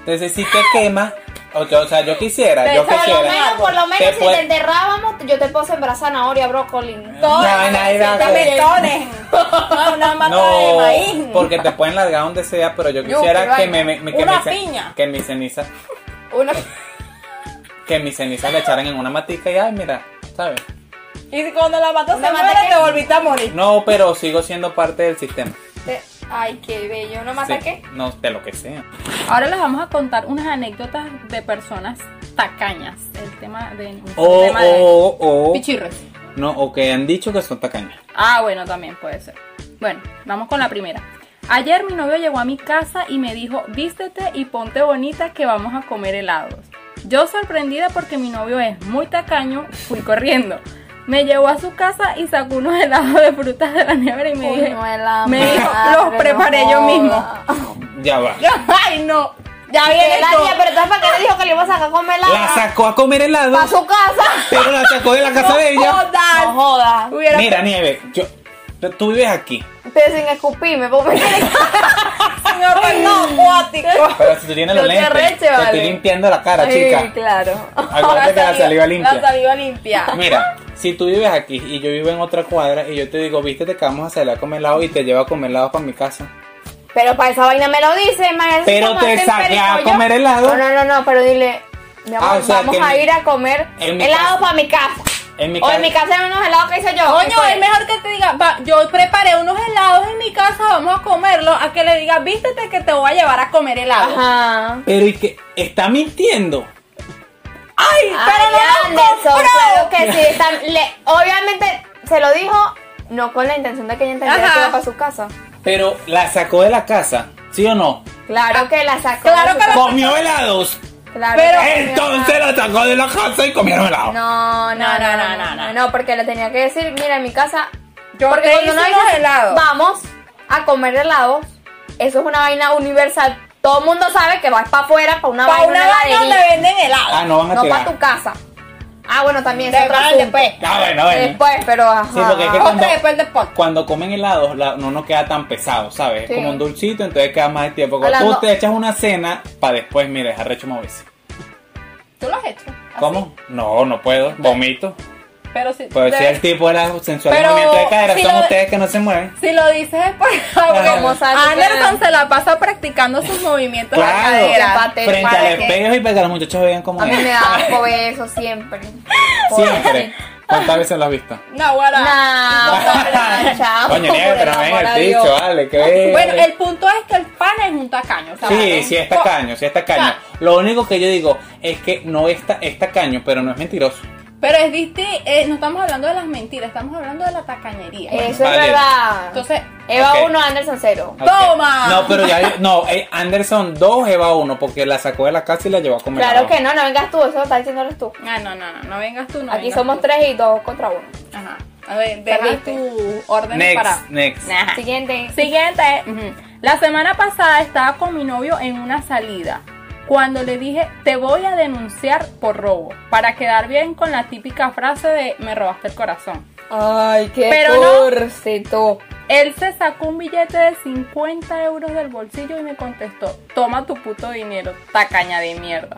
S3: entonces si te quemas, o, que- o sea, yo quisiera,
S1: Te
S3: yo
S1: echa
S2: Por lo
S1: Chévere.
S3: quisiera.
S2: menos, por lo menos,
S3: Te
S2: si
S3: puede-
S2: te enterrábamos, yo te puedo sembrar zanahoria, brócoli.
S1: Todo.
S3: No, nadie va a
S1: Cinco
S3: hacer.
S1: millones. No, una mata de
S3: No,
S1: maíz.
S3: porque te pueden largar donde sea, pero yo
S1: Yuca,
S3: quisiera que
S1: vaina.
S3: me, me- me- que,
S1: Una
S3: mi ce-
S1: piña.
S3: que mis cenizas,
S1: Una-
S3: que mis cenizas le echaran en una matica y ay, mira, ¿sabes?
S1: Y cuando la mata
S2: Una
S1: se
S2: mata
S1: muere,
S2: que-
S1: te volviste a morir.
S3: No, pero sigo siendo parte del sistema.
S2: Te- Ay, qué bello. ¿No
S3: Sí,
S2: mata qué?
S3: No, de lo que sea.
S1: Ahora les vamos a contar unas anécdotas de personas tacañas. El tema de. el
S3: O,
S1: tema de-
S3: o, o,
S1: Pichirres.
S3: no, o que han dicho que son tacañas.
S1: Ah, bueno, también puede ser. Bueno, vamos con la primera. Ayer mi novio llegó a mi casa y me dijo, vístete y ponte bonita que vamos a comer helados. Yo sorprendida porque mi novio es muy tacaño, fui corriendo. Me llevó a su casa y sacó unos helados de frutas de la nevera y me,
S2: Uy,
S1: dije-
S2: no, la
S1: me dijo,
S2: madre,
S1: los
S2: no
S1: preparé yo
S2: joda".
S1: mismo.
S3: Ya va.
S1: ¡Ay, no! Ya viene
S2: Que La
S1: todo.
S2: niña, pero entonces, ¿para qué le dijo que le iba a sacar con melada?
S3: La sacó a comer helado,
S2: Para su casa.
S3: pero la sacó de la casa de ella.
S1: Jodas.
S2: No jodas.
S1: Hubiera-
S3: Mira, Nieve, yo, tú vives aquí,
S2: Pero sin escupirme, porque
S1: Señor, pues no, acuático.
S3: pero si tú tienes los
S2: No Oh, te
S3: lentes,
S2: arreches,
S3: te estoy
S2: vale.
S3: limpiando la cara,
S2: Sí,
S3: chica.
S2: claro.
S3: Acuérdate que la saliva limpia.
S1: La saliva limpia.
S3: Mira, si tú vives aquí y yo vivo en otra cuadra y yo te digo, vístete que vamos a salir a comer helado y te llevo a comer helado para mi casa.
S2: Pero para esa vaina me lo dice, imagínate.
S3: Pero
S2: cómo
S3: te
S2: hacen
S3: saqué
S2: perico
S3: a
S2: yo.
S3: comer helado.
S2: No, no, no, no, pero dile, mi amor,
S3: Ah, o sea,
S2: vamos
S3: que
S2: a
S3: en mi-
S2: ir a comer
S3: en mi
S2: helado
S3: casa.
S2: para mi casa.
S3: En mi
S2: o
S3: casa.
S2: en mi casa hay unos helados que hice yo.
S1: Coño,
S2: Eso
S1: es mejor que te diga, va, yo preparé unos helados en mi casa, vamos a comerlos, a que le diga, vístete que te voy a llevar a comer helado.
S2: Ajá.
S3: Pero y que está mintiendo.
S1: ¡Ay, pero no
S2: Ay,
S1: lo
S2: Ah, Anderson,
S1: compró!
S2: claro que sí. están- le- obviamente se lo dijo, no con la intención de que ella entendiera
S1: Ajá.
S2: que iba para su casa.
S3: Pero la sacó de la casa, ¿sí o no?
S2: Ah, Claro que la sacó.
S1: claro
S2: de su
S1: que la-
S3: Comió helados.
S2: casa. Claro
S1: pero-
S2: que comió
S3: Entonces la sacó de la casa y comieron helado.
S2: No, no, no, no, no, no, no, porque le tenía que decir, mira, en mi casa.
S1: Yo
S2: porque
S1: te hice
S2: uno
S1: unos helados.
S2: Vamos a comer helados. Eso es una vaina universal. Todo el mundo sabe que vas para afuera para una
S1: Para
S2: vaina.
S1: una vaina donde
S2: heladería,
S1: venden helado.
S3: Ah, no van a
S2: no para
S3: tirar.
S2: tu casa. Ah, bueno, también es
S1: Te
S2: otro
S1: pagan
S2: asunto.
S1: después.
S3: Ah, bueno, bueno.
S2: Después, pero ajá.
S3: Sí, porque es que
S1: Otra
S3: cuando,
S1: después del podcast.
S3: cuando comen helados la- no nos queda tan pesado, ¿sabes? Es
S2: Sí.
S3: como un dulcito, entonces queda más de tiempo. Cuando
S2: Hablando-
S3: tú te echas una cena, para después, mira, es arrecho moverse.
S1: ¿Tú lo has hecho? así?
S3: ¿Cómo? No, no puedo. Vomito.
S1: Pero si,
S3: Pues
S1: de-
S3: si el tipo de la sensual
S1: Pero
S3: movimiento de cadera
S1: si
S3: son
S1: lo-
S3: ustedes que no se mueven.
S1: si lo dices es por
S3: Como
S2: sabe
S1: Anderson
S2: que-
S1: se la pasa practicando sus movimientos de
S3: Claro.
S1: cadera.
S2: Empate.
S3: Frente
S2: ¿para
S3: al
S2: qué?
S3: espejo y para que los muchachos vean cómo
S2: A mí
S3: es.
S2: me da asco eso siempre.
S3: Siempre. ¿Cuántas veces lo has visto?
S1: No, guarda.
S2: Nah, no, chao.
S3: Coño, nieve,
S2: por
S3: pero me
S2: amor a
S3: el
S2: Dios.
S3: dicho, vale, que
S1: Bueno, el punto es que el pan es un tacaño. o sea,
S3: Eh, Sí,
S1: es
S3: sí,
S1: un-
S3: es tacaño, sí, es tacaño.
S1: Ah.
S3: Lo único que yo digo es que no está, es tacaño, pero no es mentiroso.
S1: Oh, Pero es distinto, eh, no estamos hablando de las mentiras, estamos hablando de la tacañería.
S2: Eso es
S3: Vale.
S2: verdad.
S1: Entonces,
S2: Eva
S3: Ok.
S2: 1, Anderson 0.
S3: Ok.
S1: ¡Toma!
S3: No, pero ya, no, eh, Anderson 2, Eva 1, porque la sacó de la casa y la llevó a comer.
S2: Claro
S3: helado.
S2: que no, no vengas tú, eso lo estás diciéndolo tú.
S1: Ah, no, no, no, no vengas tú, no
S2: Aquí
S1: vengas
S2: somos
S1: tú.
S2: tres y dos contra uno.
S1: Ajá. A ver, deja
S2: Perdiste.
S1: tu orden
S3: Next,
S1: para.
S3: next.
S1: Ajá.
S2: Siguiente.
S1: Siguiente. Ujú. La semana pasada estaba con mi novio en una salida. cuando le dije te voy a denunciar por robo, para quedar bien con la típica frase de me robaste el corazón.
S2: Ay, qué
S1: Pero no.
S2: cursito.
S1: Él se sacó un billete de 50 euros del bolsillo y me contestó, toma tu puto dinero, tacaña de mierda.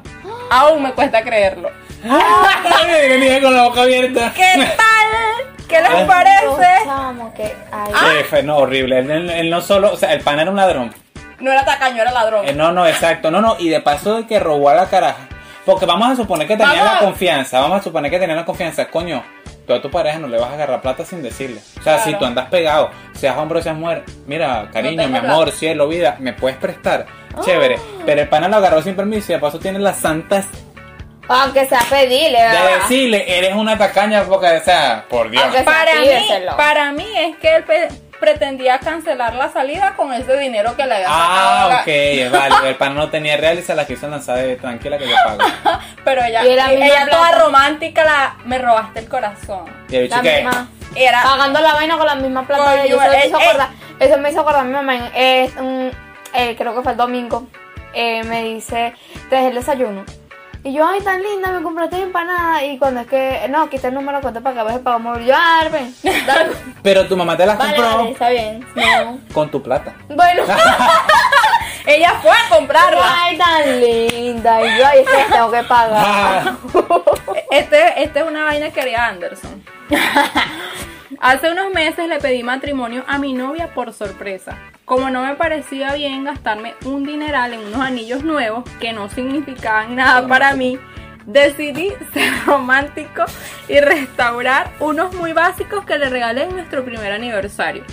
S1: Aún me cuesta creerlo.
S3: Ay, venía con la boca abierta.
S1: ¿Qué tal? ¿Qué les
S3: Ay,
S1: parece? Ah.
S2: chamo, que ay,
S3: Sí, fue no, horrible. Él, él- él no solo, o sea, el pan era un ladrón.
S1: No era tacaño, era ladrón.
S3: Eh, no, no, exacto. No, no, y de paso de que robó a la caraja. Porque vamos a suponer que tenía
S1: Vamos.
S3: la confianza. Vamos a suponer que tenía la confianza. Coño, tú a tu pareja no le vas a agarrar plata sin decirle. O sea,
S1: Claro.
S3: si tú andas pegado, seas hombre o seas mujer, mira, cariño,
S1: tengo
S3: mi
S1: plata.
S3: amor, cielo, vida, me puedes prestar. Chévere. Pero el pana lo agarró sin permiso y de paso tiene las santas
S2: aunque sea pedirle,
S3: de
S2: ¿verdad?
S3: decirle, eres una tacaña, porque, o sea, por Dios.
S2: Aunque-
S1: Para
S2: Sí,
S1: mí,
S2: díselo.
S1: para mí es que él pe- pretendía cancelar la salida con ese dinero que le había sacado
S3: Ah,
S1: la-
S3: ok, es válido. El pana no tenía real y se la quiso lanzar de tranquila que yo pago.
S1: Pero ella,
S2: Y era
S1: ella,
S2: misma
S1: toda
S2: plata.
S1: romántica, la, me robaste el corazón.
S3: Y el bicho
S2: La
S3: que.
S2: misma.
S1: Era
S2: Pagando la vaina con la misma plata
S1: Coño, eh,
S2: de ellos. Eso, me
S1: ey,
S2: hizo
S1: ey.
S2: acordar- eso me hizo acordar a mi mamá. en- eh, un- eh, creo que fue el domingo. Eh, me dice, te dejé el desayuno. Y yo, ay, tan linda, me compraste empanada. Y cuando es que, no, quita el número, cuenta para que veas el pago móvil. Yo, ah, ven. Dale.
S3: Pero tu mamá te las
S2: Vale,
S3: compró
S2: vale, está bien. No.
S3: con tu plata.
S2: Bueno,
S1: Ella fue a comprarla.
S2: ay, tan linda. Y yo, ay, es que tengo que pagar.
S3: Ah,
S1: Este, esta es una vaina que haría Anderson. Hace unos meses le pedí matrimonio a mi novia por sorpresa. Como no me parecía bien gastarme un dineral en unos anillos nuevos que no significaban nada para mí, decidí ser romántico y restaurar unos muy básicos que le regalé en nuestro primer aniversario.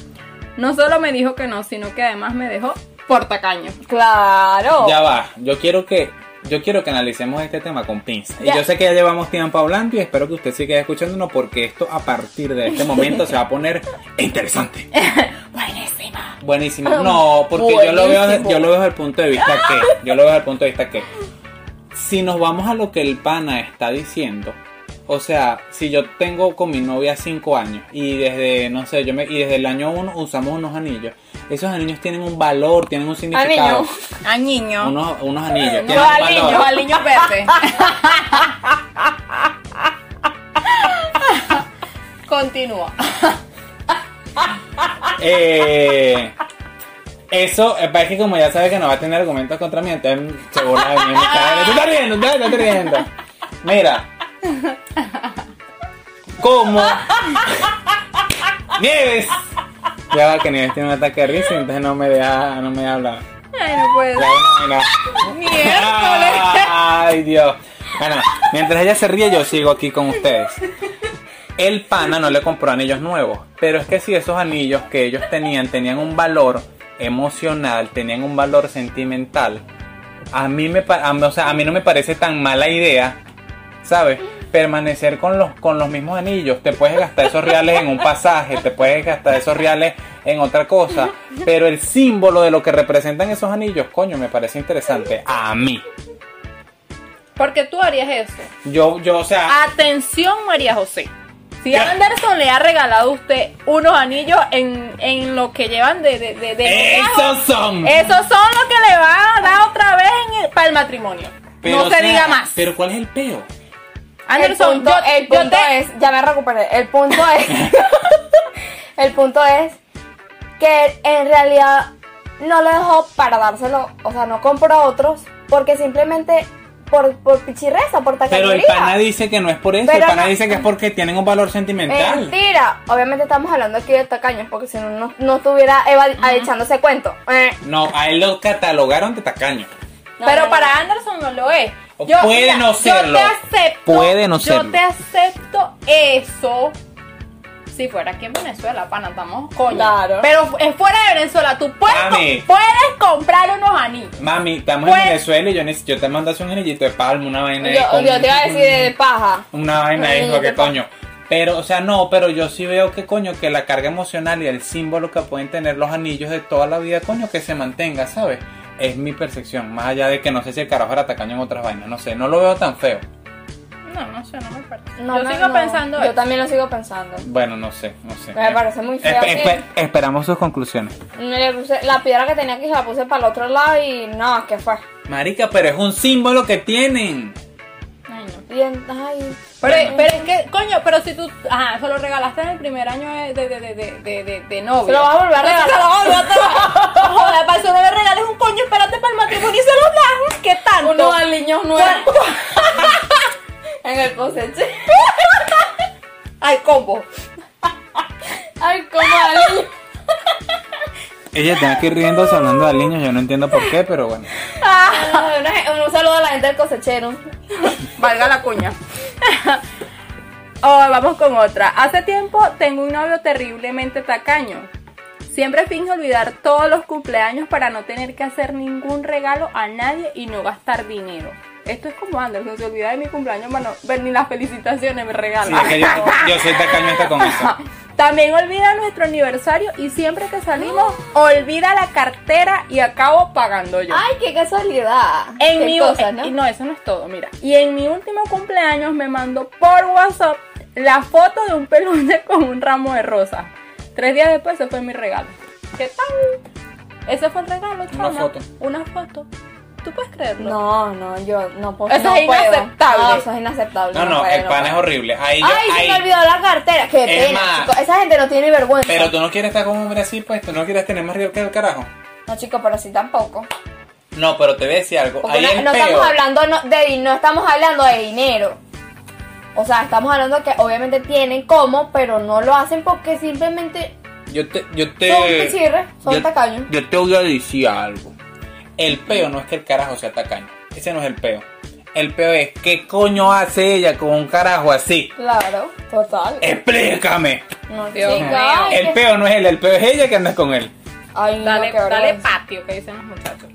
S1: No solo me dijo que no, sino que además me dejó por tacaño.
S2: Claro.
S3: ya va. Yo quiero que. Yo quiero que analicemos este tema con pinza. Y
S2: Ya.
S3: yo sé que ya llevamos tiempo hablando y espero que usted siga escuchándonos porque esto a partir de este momento se va a poner interesante.
S1: Buenísima.
S3: Buenísimo. No, porque yo lo, veo,
S2: Ah, Buenísimo.
S3: yo lo veo desde el punto de vista que. Yo lo veo desde el punto de vista que. Si nos vamos a lo que el pana está diciendo. O sea, si yo tengo con mi novia 5 años y desde, no sé, yo me, y desde el año 1 usamos unos anillos. Esos anillos tienen un valor, tienen un significado.
S2: Anillo.
S1: A niño.
S3: Unos, unos anillos. tienen
S1: No,
S3: un
S1: al niño,
S3: valor.
S1: al niño verde. Continúa.
S3: Eh, eso eh, es que como ya sabe que no va a tener argumentos contra mí, entonces se burla de mí. en mi cara. Tú estás riendo, tú estás riendo. Mira. ¿Cómo? Nieves. Ya va que Nieves tiene un ataque de risa, entonces no me deja, no me deja hablar.
S1: Ay, no puede
S3: Ya
S1: ser.
S3: va, mira.
S1: pues, Miércoles.
S3: Ay, Dios. Bueno, mientras ella se ríe, yo sigo aquí con ustedes. El pana no le compró anillos nuevos, pero es que si esos anillos que ellos tenían tenían un valor emocional, tenían un valor sentimental, a mí, me, pa- a mí- o sea, a mí no me parece tan mala idea, ¿sabes? Permanecer con los, con los mismos anillos. Te puedes gastar esos reales en un pasaje, te puedes gastar esos reales en otra cosa, pero el símbolo de lo que representan esos anillos, coño, me parece interesante. A mí.
S1: Porque tú harías eso.
S3: Yo, yo, o sea...
S2: Ah,
S1: Atención, María José. Si
S3: ¿Qué?
S1: Anderson le ha regalado a usted unos anillos en, en lo que llevan de. de, de,
S2: eh,
S1: de-
S3: ¡Esos son!
S1: Esos son los que le va a dar otra vez en el- para el matrimonio.
S3: Pero,
S1: no
S3: o
S1: se
S3: sea,
S1: diga más.
S3: Pero ¿cuál es el peo?
S1: Anderson,
S2: el punto,
S1: yo,
S2: el
S1: yo
S2: punto
S1: te-
S2: es, ya me recuperé, el punto es, el punto es que en realidad no lo dejó para dárselo, o sea, no compró otros, porque simplemente por, por pichirreza, por tacañería.
S3: Pero el pana dice que no es por eso,
S2: Pero
S3: el pana
S2: no- Eh,
S3: dice que es porque tienen un valor sentimental.
S2: Mentira, obviamente estamos hablando aquí de tacaños, porque si no, no, no estuviera Eva echándose cuento. Eh,
S3: No, a él lo catalogaron de tacaño.
S2: No,
S1: pero
S2: no, no.
S1: para Anderson no lo es.
S3: O puede no serlo.
S1: Yo te acepto.
S3: Puede no
S1: yo
S3: serlo.
S1: te acepto eso. Si fuera aquí en Venezuela, pana, estamos coño.
S2: Claro.
S1: Pero es fuera de Venezuela. Tú puedes,
S3: Mami.
S1: puedes comprar unos anillos.
S3: Mami, estamos
S1: Pues-
S3: en Venezuela y yo, neces- yo te mando un anillito de palma, una vaina ahí
S2: yo,
S3: con-
S2: yo te iba a decir de paja.
S3: Una vaina
S2: un
S3: ahí,
S2: anillito
S3: que
S2: de palma.
S3: coño. Pero, o sea, no, pero yo sí veo que coño, que la carga emocional y el símbolo que pueden tener los anillos de toda la vida, coño, que se mantenga, ¿sabes? Es mi percepción, más allá de que no sé si el carajo era tacaño en otras vainas, no sé, no lo veo tan feo.
S1: No, no no sé, no me parece.
S2: No
S1: yo
S2: me-
S1: sigo
S2: no,
S1: pensando
S2: Yo
S1: eso.
S2: también lo sigo pensando.
S3: Bueno, no sé, no sé.
S2: Me parece muy feo.
S3: Espe- espe- esperamos sus conclusiones.
S2: Me le puse- la piedra que tenía aquí se la puse para el otro lado y no, ¿qué fue?
S3: Marica, pero es un símbolo que tienen.
S1: Ay, no.
S2: Y en- ay,
S1: Pero, pero es que, coño, pero si tú. Ajá, se lo regalaste en el primer año de, de, de, de, de, de, de novio.
S2: Se lo vas a volver a regalar.
S1: Se lo vas a volver a regalar. No Joder, para eso no le regales un coño, espérate para el matrimonio y se lo das. ¿Qué tanto?
S2: unos aliños nuevos en el coseche.
S1: Ay, combo.
S2: Ay, como aliños.
S3: Ella está aquí riéndose hablando de niños, yo no entiendo por qué, pero bueno.
S1: Ah,
S2: Ay, una- Un saludo a la gente del cosechero.
S1: Valga la cuña. Oh, vamos con otra. Hace tiempo tengo un novio terriblemente tacaño. Siempre finge olvidar todos los cumpleaños para no tener que hacer ningún regalo a nadie y no gastar dinero. Esto es como Anderson, se olvida de mi cumpleaños, mano, ver ni las felicitaciones me
S3: Sí,
S1: regala.
S3: es que yo, yo soy tacaño hasta con eso.
S1: También olvida nuestro aniversario y siempre que salimos olvida la cartera y acabo pagando yo.
S2: Ay, qué casualidad.
S1: En
S2: qué
S1: mi eh,
S2: cosa,
S1: y
S2: ¿no?
S1: no, eso no es todo, mira. Y en mi último cumpleaños me mandó por WhatsApp la foto de un peluche con un ramo de rosas. Tres días después ese fue mi regalo. ¿Qué tal? Ese fue el regalo, chama.
S3: foto.
S1: Una foto. ¿Tú puedes creerlo?
S2: No, no, yo no puedo.
S1: Eso
S2: no
S1: es
S2: puedo.
S1: inaceptable.
S2: No, eso es inaceptable.
S3: No, no,
S2: puedo,
S3: el pan es
S2: puedo.
S3: horrible. Ahí yo,
S2: Ay, se me
S3: ahí-
S2: olvidó la cartera. Qué
S3: Es
S2: pena,
S3: más.
S2: chicos. Esa gente no tiene ni vergüenza.
S3: Pero tú no quieres estar con un hombre así, pues tú no quieres tener más río que el carajo.
S2: No, chicos, pero sí tampoco.
S3: No, pero te voy a decir algo.
S2: Porque
S3: Ahí
S2: no,
S3: el
S2: no
S3: peo.
S2: estamos hablando no- de di- no estamos hablando de dinero. O sea, estamos hablando que obviamente tienen cómo, pero no lo hacen porque simplemente
S3: Yo te, yo
S2: son
S3: te.
S2: pichirres, son
S3: yo-
S2: tacaños.
S3: Yo te voy a decir algo. El peo no es que el carajo sea tacaño. Ese no es el peo. El peo es qué coño hace ella con un carajo así.
S2: Claro, total.
S3: Explícame.
S2: No,
S1: Dios
S2: chica,
S1: mío.
S2: ay,
S3: Eh, El
S2: que-
S3: peo no es él, el peo es ella que anda con él.
S2: Ay, no,
S1: Dale,
S2: qué
S1: dale
S2: vergüenza.
S1: patio, que dicen los muchachos.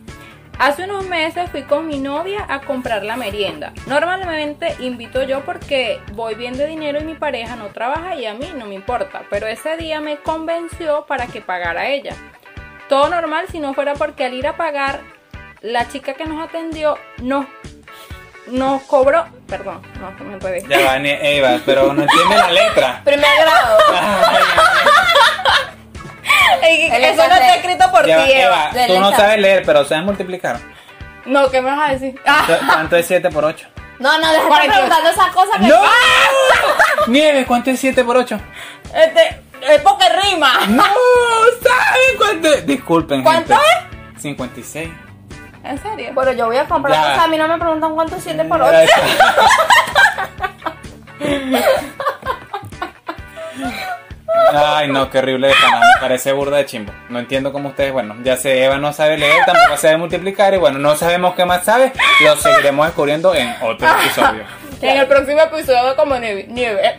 S1: Hace unos meses fui con mi novia a comprar la merienda. Normalmente invito yo porque voy bien de dinero y mi pareja no trabaja y a mí no me importa. Pero ese día me convenció para que pagara ella. Todo normal si no fuera porque al ir a pagar, la chica que nos atendió nos, nos cobró. Perdón, no, no me puede.
S3: Ya va, ne- Eva, pero no entiende la letra.
S2: Primer grado. eso no está escrito
S1: por
S3: Ya va, Eva,
S2: de
S3: tú no
S2: letra.
S3: sabes leer, pero sabes multiplicar.
S1: No, ¿qué me vas a decir? Ah,
S3: Entonces, ¿Cuánto es 7 por 8?
S2: No, no, deja de estar
S1: Porque-
S2: preguntando esas cosas que
S3: ¡No! Nieves, ¿cuánto es 7 por 8?
S1: este, es porque rima.
S3: ¡No! ¿Saben cuánto es? Disculpen,
S1: ¿Cuánto
S3: es? 56.
S1: ¿En serio?
S2: Bueno, yo voy a comprar
S3: Ya.
S2: cosas, a mí no me preguntan cuánto es 7 por 8.
S3: Ay, no, qué horrible de pana, me parece burda de chimbo. No entiendo cómo ustedes, bueno, ya sé, Eva no sabe leer, tampoco sabe multiplicar y bueno, no sabemos qué más sabe, lo seguiremos descubriendo en otro episodio.
S1: En el próximo episodio como nieve. nieve.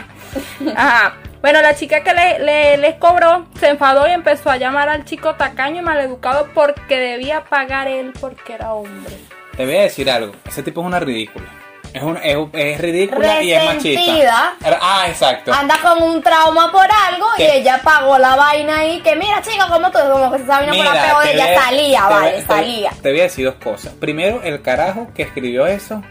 S1: Ajá. Bueno, la chica que le, le- les cobró se enfadó y empezó a llamar al chico tacaño y maleducado porque debía pagar él porque era hombre.
S3: Te voy a decir algo, ese tipo es una ridícula. Es, un- es, es ridícula y es machista.
S2: Resentida.
S3: Ah, exacto.
S2: Anda con un trauma por algo y
S3: ¿Qué?
S2: ella pagó la vaina ahí. Que mira, chico, como tú, como que esa vaina fue la
S3: Mira,
S2: peor
S3: te
S2: de ella.
S3: voy a-
S2: salía,
S3: te voy a-
S2: vale,
S3: te voy-
S2: salía.
S3: Te voy a decir dos cosas. Primero, el carajo que escribió eso.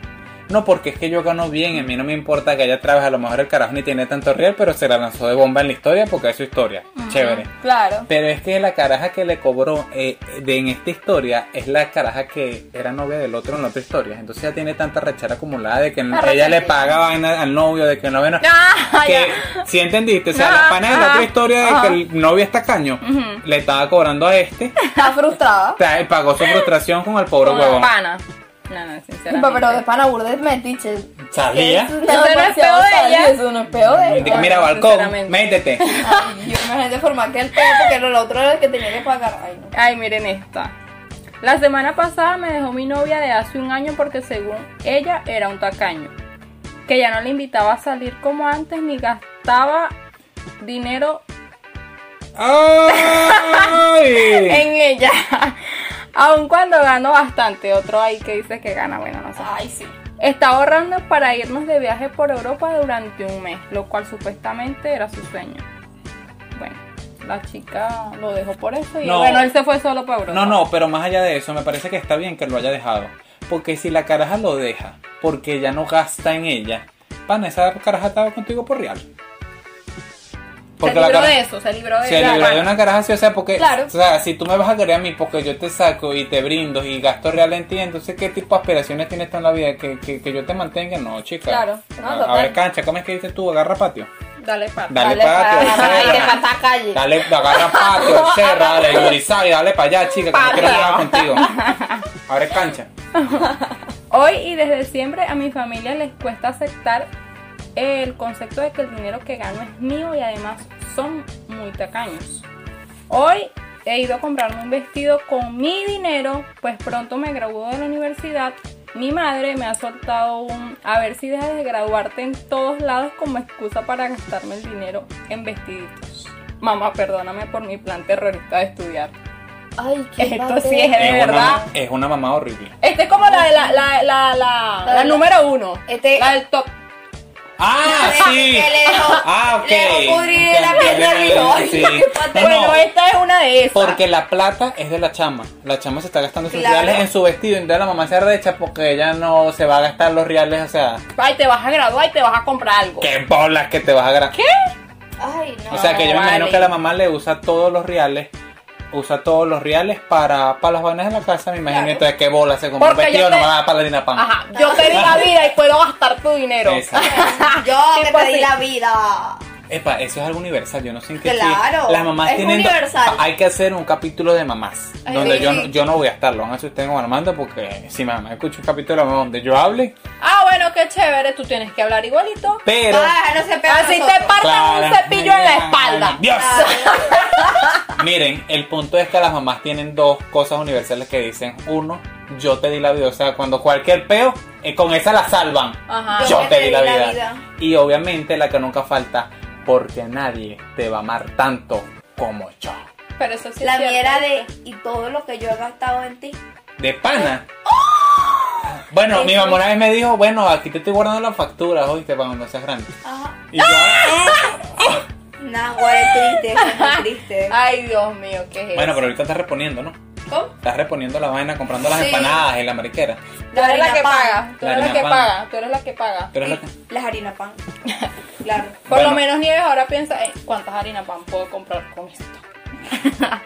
S3: No, porque es que yo gano bien, a mí no me importa que haya trabajo, a lo mejor el carajo ni tiene tanto real, pero se la lanzó de bomba en la historia porque es su historia. Chévere.
S2: Claro.
S3: Pero es que la caraja que le cobró eh, de en esta historia es la caraja que era novia del otro en la otra historia. Entonces ya tiene tanta rechera acumulada de que ella le paga vaina al novio, de que el novio no
S1: Ah,
S3: que
S1: ya.
S3: si entendiste, o sea,
S1: Ajá,
S3: la pana de la
S1: ajá,
S3: otra historia de
S1: ajá.
S3: que el novio está caño le estaba cobrando a este,
S2: Está frustrada.
S3: ta- pagó su frustración con el pobre
S1: Como
S3: huevón.
S1: pana. No, no, sinceramente.
S2: Pero de pana burdes metiche.
S3: Salía.
S2: Eso
S1: Eso no es
S2: demasiado
S1: peo de
S2: sabio,
S1: ella.
S2: Eso no es peo de
S3: Dice,
S2: ella.
S3: Mira,
S1: no,
S3: balcón,
S1: sinceramente.
S3: métete.
S2: Ay, Yo me dejé formar que el peo porque era el otro era el que tenía que pagar. Ay, no.
S1: Ay, miren esta. La semana pasada me dejó mi novia de hace un año porque según ella era un tacaño. Que ya no le invitaba a salir como antes ni gastaba dinero
S3: ¡Ay!
S1: en ella. Aun cuando gano bastante, otro ahí que dice que gana, bueno, no sé.
S2: Ay, sí.
S1: Está ahorrando para irnos de viaje por Europa durante un mes, lo cual supuestamente era su sueño. Bueno, la chica lo dejó por eso y
S3: No.
S1: bueno, él se fue solo para Europa.
S3: No, no, pero más allá de eso, me parece que está bien que lo haya dejado. Porque si la caraja lo deja, porque ya no gasta en ella, pana, esa caraja estaba contigo por real.
S1: se libró de eso, se libró de
S3: Se
S1: eso.
S3: libró de una caraja así, o sea, porque
S1: Claro.
S3: o sea, si tú me vas a querer a mí porque yo te saco y te brindo y gasto real en ti, entonces ¿qué tipo de aspiraciones tienes tú en la vida? ¿Que, que, que yo te mantenga? No, chica.
S1: Claro. No,
S3: a, a
S1: total.
S3: ver, cancha, ¿cómo es que dices tú? Agarra patio.
S1: Dale pata.
S3: Dale,
S2: Dale
S3: patio,
S2: para-
S3: cerra.
S2: dale para calle.
S3: Dale, agarra patio, cerra, dale, Yurisario, dale para allá, chica, que no quiero nada contigo. Abre cancha.
S1: Hoy y desde siempre a mi familia les cuesta aceptar el concepto de que el dinero que gano es mío y además son muy tacaños. Hoy he ido a comprarme un vestido con mi dinero, pues pronto me graduó de la universidad. Mi madre me ha soltado un a ver si dejas de graduarte en todos lados como excusa para gastarme el dinero en vestiditos. Mamá, perdóname por mi plan terrorista de estudiar.
S2: Ay, qué
S1: Esto
S2: paté.
S1: sí es de
S3: una
S1: verdad.
S3: ma- es una mamá horrible.
S1: Este es como la de la, la, la, la,
S2: La
S1: la
S2: de-
S1: número uno.
S2: Este-
S1: La del top.
S3: ¡Ah, sí!
S2: Que le dejó-
S3: Ah, ok.
S2: le dejó pudrir la
S3: Entendí,
S2: pierna al hijo. Ay,
S3: sí.
S2: qué paté.
S3: No,
S1: Bueno, esta es una de esas.
S3: Porque la plata es de la chama. La chama se está gastando sus
S2: Claro.
S3: reales en su vestido. Entonces la mamá se arrecha porque ella no se va a gastar los reales. O sea,
S1: Ay, te vas a graduar y te vas a comprar algo.
S3: qué bolas que te vas a gastar.
S2: Ay, no.
S3: O sea, que yo me imagino
S1: vale.
S3: que la mamá le usa todos los reales. Usa todos los reales para, para las vainas de la casa. Me imagino
S1: Claro.
S3: entonces qué bola se compró un
S1: Porque
S3: vestido.
S1: yo te-
S3: No me va a dar para la harina pan.
S1: Ajá, yo te di la vida y puedo gastar tu dinero.
S3: Exacto.
S2: Yo que
S1: Tipo
S2: te di
S1: así.
S2: la vida.
S3: Epa, eso es algo universal, yo no sé en qué sí.
S2: Claro,
S3: Las mamás
S2: es
S3: tienen
S2: universal.
S3: hay que hacer un capítulo de mamás,
S1: Ay,
S3: donde
S1: sí.
S3: yo no, yo no voy a estar, lo van a hacer ustedes con Armando porque si mi mamá escucha un capítulo de mamá donde yo hable,
S1: Ah, bueno, qué chévere, tú tienes que hablar igualito.
S3: pero
S2: Ah, no se pega
S1: Así
S2: nosotros.
S1: te parten un
S3: Claro,
S1: cepillo en la
S3: ay,
S1: espalda.
S3: Dios.
S2: Ah,
S3: Miren, el punto es que las mamás tienen dos cosas universales que dicen, uno, yo te di la vida, o sea, cuando cualquier peo eh, con esa la salvan.
S1: Ajá.
S3: Yo te di la vida. Y obviamente la que nunca falta, porque nadie te va a amar tanto como yo.
S1: Pero eso sí
S2: La
S1: es cierto.
S2: mía era de y todo lo que yo he gastado en ti.
S3: De pana.
S1: ¡Oh!
S3: Bueno, mi
S2: Eso.
S3: mamá una vez me dijo, bueno, aquí te estoy guardando las facturas, oíste, para cuando seas grande.
S2: Ajá.
S3: Y yo,
S1: ¡Ah!
S2: Nah, güey, triste, fue muy triste.
S1: Ay, Dios mío, qué es
S3: bueno,
S1: eso?
S3: pero ahorita estás reponiendo, ¿no?
S1: ¿Cómo?
S3: Estás reponiendo la vaina, comprando las
S2: Sí.
S3: empanadas y la mariquera.
S1: Tú eres la que
S2: harina pan.
S1: paga, tú
S3: La
S1: eres la
S3: harina
S1: que
S3: pan.
S1: paga, tú eres la que paga.
S3: Pero es lo que-
S2: Las harina pan. Claro.
S1: Por
S3: Bueno.
S1: lo menos Nieves ahora piensa, eh, ¿cuántas harinas pan puedo comprar con esto?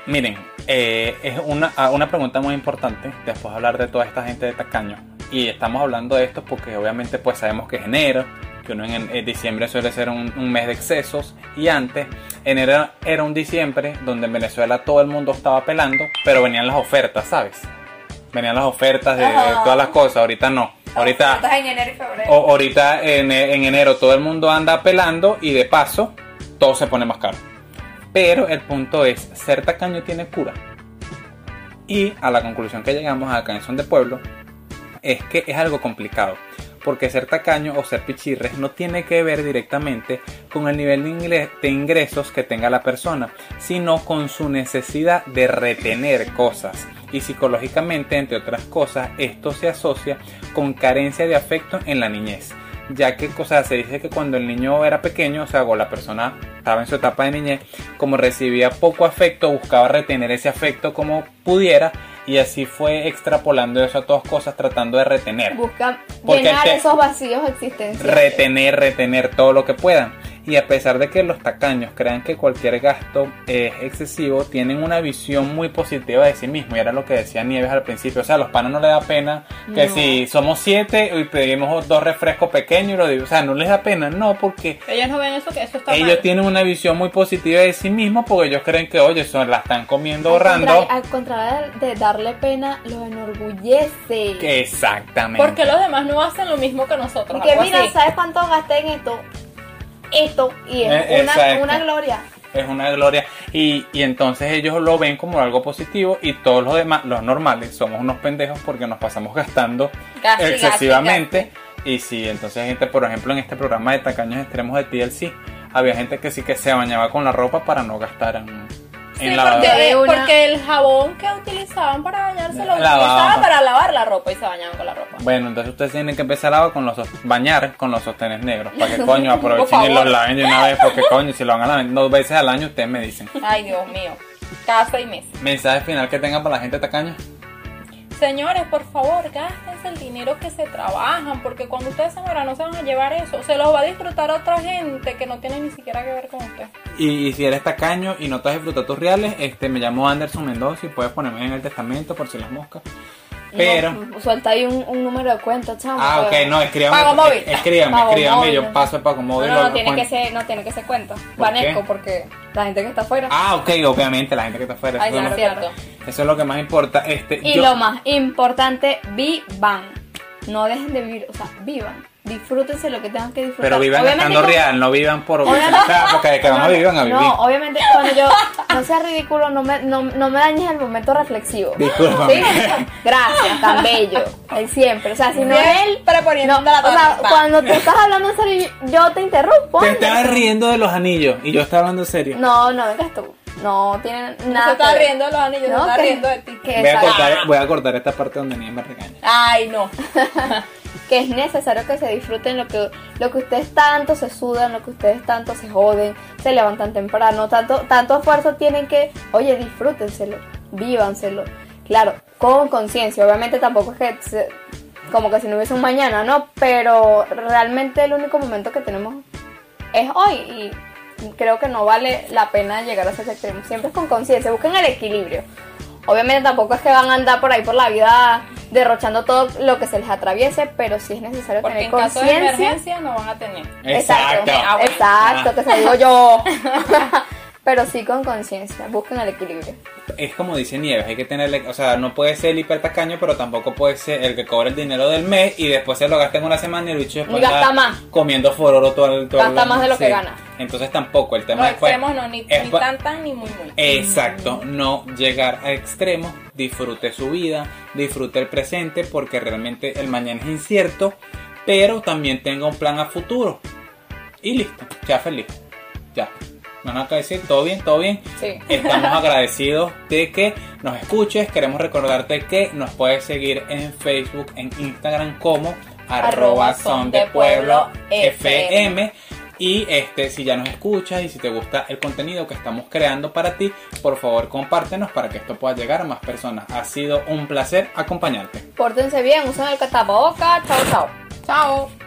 S3: Miren, eh, es una, a- una pregunta muy importante después de hablar de toda esta gente de tacaño. Y estamos hablando de esto porque obviamente pues sabemos que es enero, que uno en, en diciembre suele ser un, un mes de excesos. Y antes, enero era un diciembre donde en Venezuela todo el mundo estaba pelando, pero venían las ofertas, ¿sabes? Venían las ofertas de, de
S2: Ajá.
S3: todas las cosas, ahorita no. Ahorita...
S2: Estás en enero y febrero.
S3: O- ahorita en, eh, en enero todo el mundo anda pelando y de paso todo se pone más caro. Pero el punto es, ser tacaño tiene cura. Y a la conclusión que llegamos acá en Son de Pueblo es que es algo complicado. Porque ser tacaño o ser pichirres no tiene que ver directamente con el nivel de, ingre- de ingresos que tenga la persona, sino con su necesidad de retener cosas. Y psicológicamente, entre otras cosas, esto se asocia con carencia de afecto en la niñez. Ya que, o sea, se dice que cuando el niño era pequeño, o sea, o la persona estaba en su etapa de niñez, como recibía poco afecto, buscaba retener ese afecto como pudiera, y así fue extrapolando eso a todas cosas, tratando de retener
S2: Buscan
S3: Porque este
S2: llenar
S3: te-
S2: esos vacíos existenciales.
S3: retener, retener todo lo que puedan. Y a pesar de que los tacaños crean que cualquier gasto es excesivo, tienen una visión muy positiva de sí mismo. Y era lo que decía Nieves al principio. O sea, a los panos no les da pena que
S2: No.
S3: si somos siete y pedimos dos refrescos pequeños y lo digo. O sea, no les da pena, no, porque
S1: Ellas no ven eso, que eso está
S3: ellos
S1: mal.
S3: tienen una visión muy positiva de sí mismos porque ellos creen que, oye, son, la están comiendo
S2: Al
S3: ahorrando.
S2: contrario- Al contrario de darle pena, los enorgullece.
S3: Exactamente.
S1: Porque los demás no hacen lo mismo que nosotros.
S2: Y que
S1: algo
S2: mira,
S1: así.
S2: ¿sabes cuánto gasté en esto? Esto. Y es
S3: Eh,
S2: una,
S3: exacto.
S2: una gloria.
S3: es una gloria y, y entonces ellos lo ven como algo positivo y todos los demás, los normales, somos unos pendejos porque nos pasamos gastando
S1: Casi, casi,
S3: excesivamente y sí, entonces hay gente, por ejemplo, en este programa de tacaños extremos de TLC, había gente que sí que se bañaba con la ropa para no gastar en,
S1: Sí,
S3: en
S1: porque,
S2: De una-
S1: porque el jabón que utilizaban para bañarse lo
S3: Lavaban.
S1: utilizaban para lavar la ropa y se bañaban con la ropa.
S3: Bueno, entonces ustedes tienen que empezar a con los sost- bañar con los sostenes negros para que coño aprovechen
S1: Por
S3: y los
S1: favor.
S3: laven de una vez porque coño, si lo van a lavar dos veces al año, ustedes me dicen.
S1: Ay, Dios mío. Cada seis meses.
S3: Mensaje final que tengan para la gente tacaña.
S1: Señores, por favor, gástense el dinero que se trabajan, porque cuando ustedes se mueran no se van a llevar eso, se los va a disfrutar otra gente que no tiene ni siquiera que ver con usted.
S3: Y, y si eres tacaño y no te has disfrutado tus reales, este, me llamo Anderson Mendoza y puedes ponerme en el testamento por si las moscas. Pero,
S2: No, mm, suelta ahí un, un número de cuenta, chamo.
S3: ah, ok, no, escríbame.
S1: Pago móvil.
S3: es- Escríbame,
S2: Pago
S3: escríbame,
S2: móvil.
S3: yo paso el pago
S1: No,
S3: móvil.
S1: no, no
S3: lo
S1: tiene que
S3: cuento.
S1: ser, no tiene que ser cuento.
S3: ¿Por
S1: Banesco,
S3: qué?
S1: porque la gente que está afuera.
S3: Ah, ok, obviamente, la gente que está afuera.
S1: Ay,
S3: eso,
S1: no,
S3: no-
S1: cierto.
S3: eso es lo que más importa. Este,
S2: Y
S3: yo-
S2: lo más importante, vivan. No dejen de vivir, o sea, vivan. Disfrútense lo que tengan que disfrutar.
S3: Pero vivan
S2: Obviamente
S3: estando
S2: con-
S3: real, no vivan por
S2: Obviamente-
S3: obesidad, porque de que no vivan a vivir.
S2: No, obviamente cuando yo no sea ridículo, no me, no, no me dañes el momento reflexivo.
S3: Discúlpame.
S2: ¿Sí? Gracias, tan bello. Él siempre. O sea, si no
S1: Siempre
S2: él.
S1: poniendo
S2: no,
S1: la
S2: o sea,
S1: trampa.
S2: cuando tú estás hablando en serio, yo te interrumpo.
S3: Te
S2: Anderson.
S3: estabas riendo de los anillos y yo estaba hablando en serio.
S2: No, no vengas tú. No tiene
S1: No se
S2: nada.
S1: está
S2: que ver.
S1: riendo de los anillos, no,
S2: No,
S1: se está
S2: que-
S1: riendo de ti.
S2: que-
S3: voy, a
S2: exacto.
S3: cortar, voy a cortar esta parte donde Nia me regaña.
S1: Ay, no.
S2: que es necesario que se disfruten lo que, lo que ustedes tanto se sudan, lo que ustedes tanto se joden, se levantan temprano, tanto, tanto esfuerzo tienen que, oye, disfrútenselo, vívanselo. Claro, con conciencia, obviamente tampoco es que se- como que si no hubiese un mañana, ¿no? Pero realmente el único momento que tenemos es hoy y creo que no vale la pena llegar a ese extremo. Siempre es con conciencia, busquen el equilibrio. Obviamente tampoco es que van a andar por ahí por la vida derrochando todo lo que se les atraviese, pero sí es necesario
S1: Porque
S2: tener
S1: en caso de
S2: conciencia.
S1: emergencia no van a tener.
S2: Exacto,
S1: Ah, bueno.
S2: exacto, que se digo yo. pero sí con conciencia, busquen el equilibrio.
S3: Es como dice Nieves, hay que tenerle, o sea, no puede ser el hipertacaño, pero tampoco puede ser el que cobra el dinero del mes y después se lo gasta en una semana y el bicho después
S2: Y gasta
S3: anda
S2: más.
S3: comiendo fororo todo el todo el
S2: Gasta
S3: año.
S2: más de lo que gana.
S3: Entonces tampoco, el tema
S1: No
S3: después
S1: extremos, no, ni,
S3: es pues,
S1: ni
S3: pa-
S1: tan tan ni muy muy.
S3: Exacto, no llegar a extremos, disfrute su vida, disfrute el presente porque realmente el mañana es incierto, pero también tenga un plan a futuro. Y listo, sea feliz. Ya. No nos acaba de decir, todo bien, todo bien.
S1: Sí.
S3: Estamos agradecidos de que nos escuches. Queremos recordarte que nos puedes seguir en Facebook, en Instagram como arroba son de pueblo FM. Y este, si ya nos escuchas y si te gusta el contenido que estamos creando para ti, por favor compártenos para que esto pueda llegar a más personas. Ha sido un placer acompañarte.
S2: Pórtense bien, usen el cataboca, chao, chao.
S1: Chao.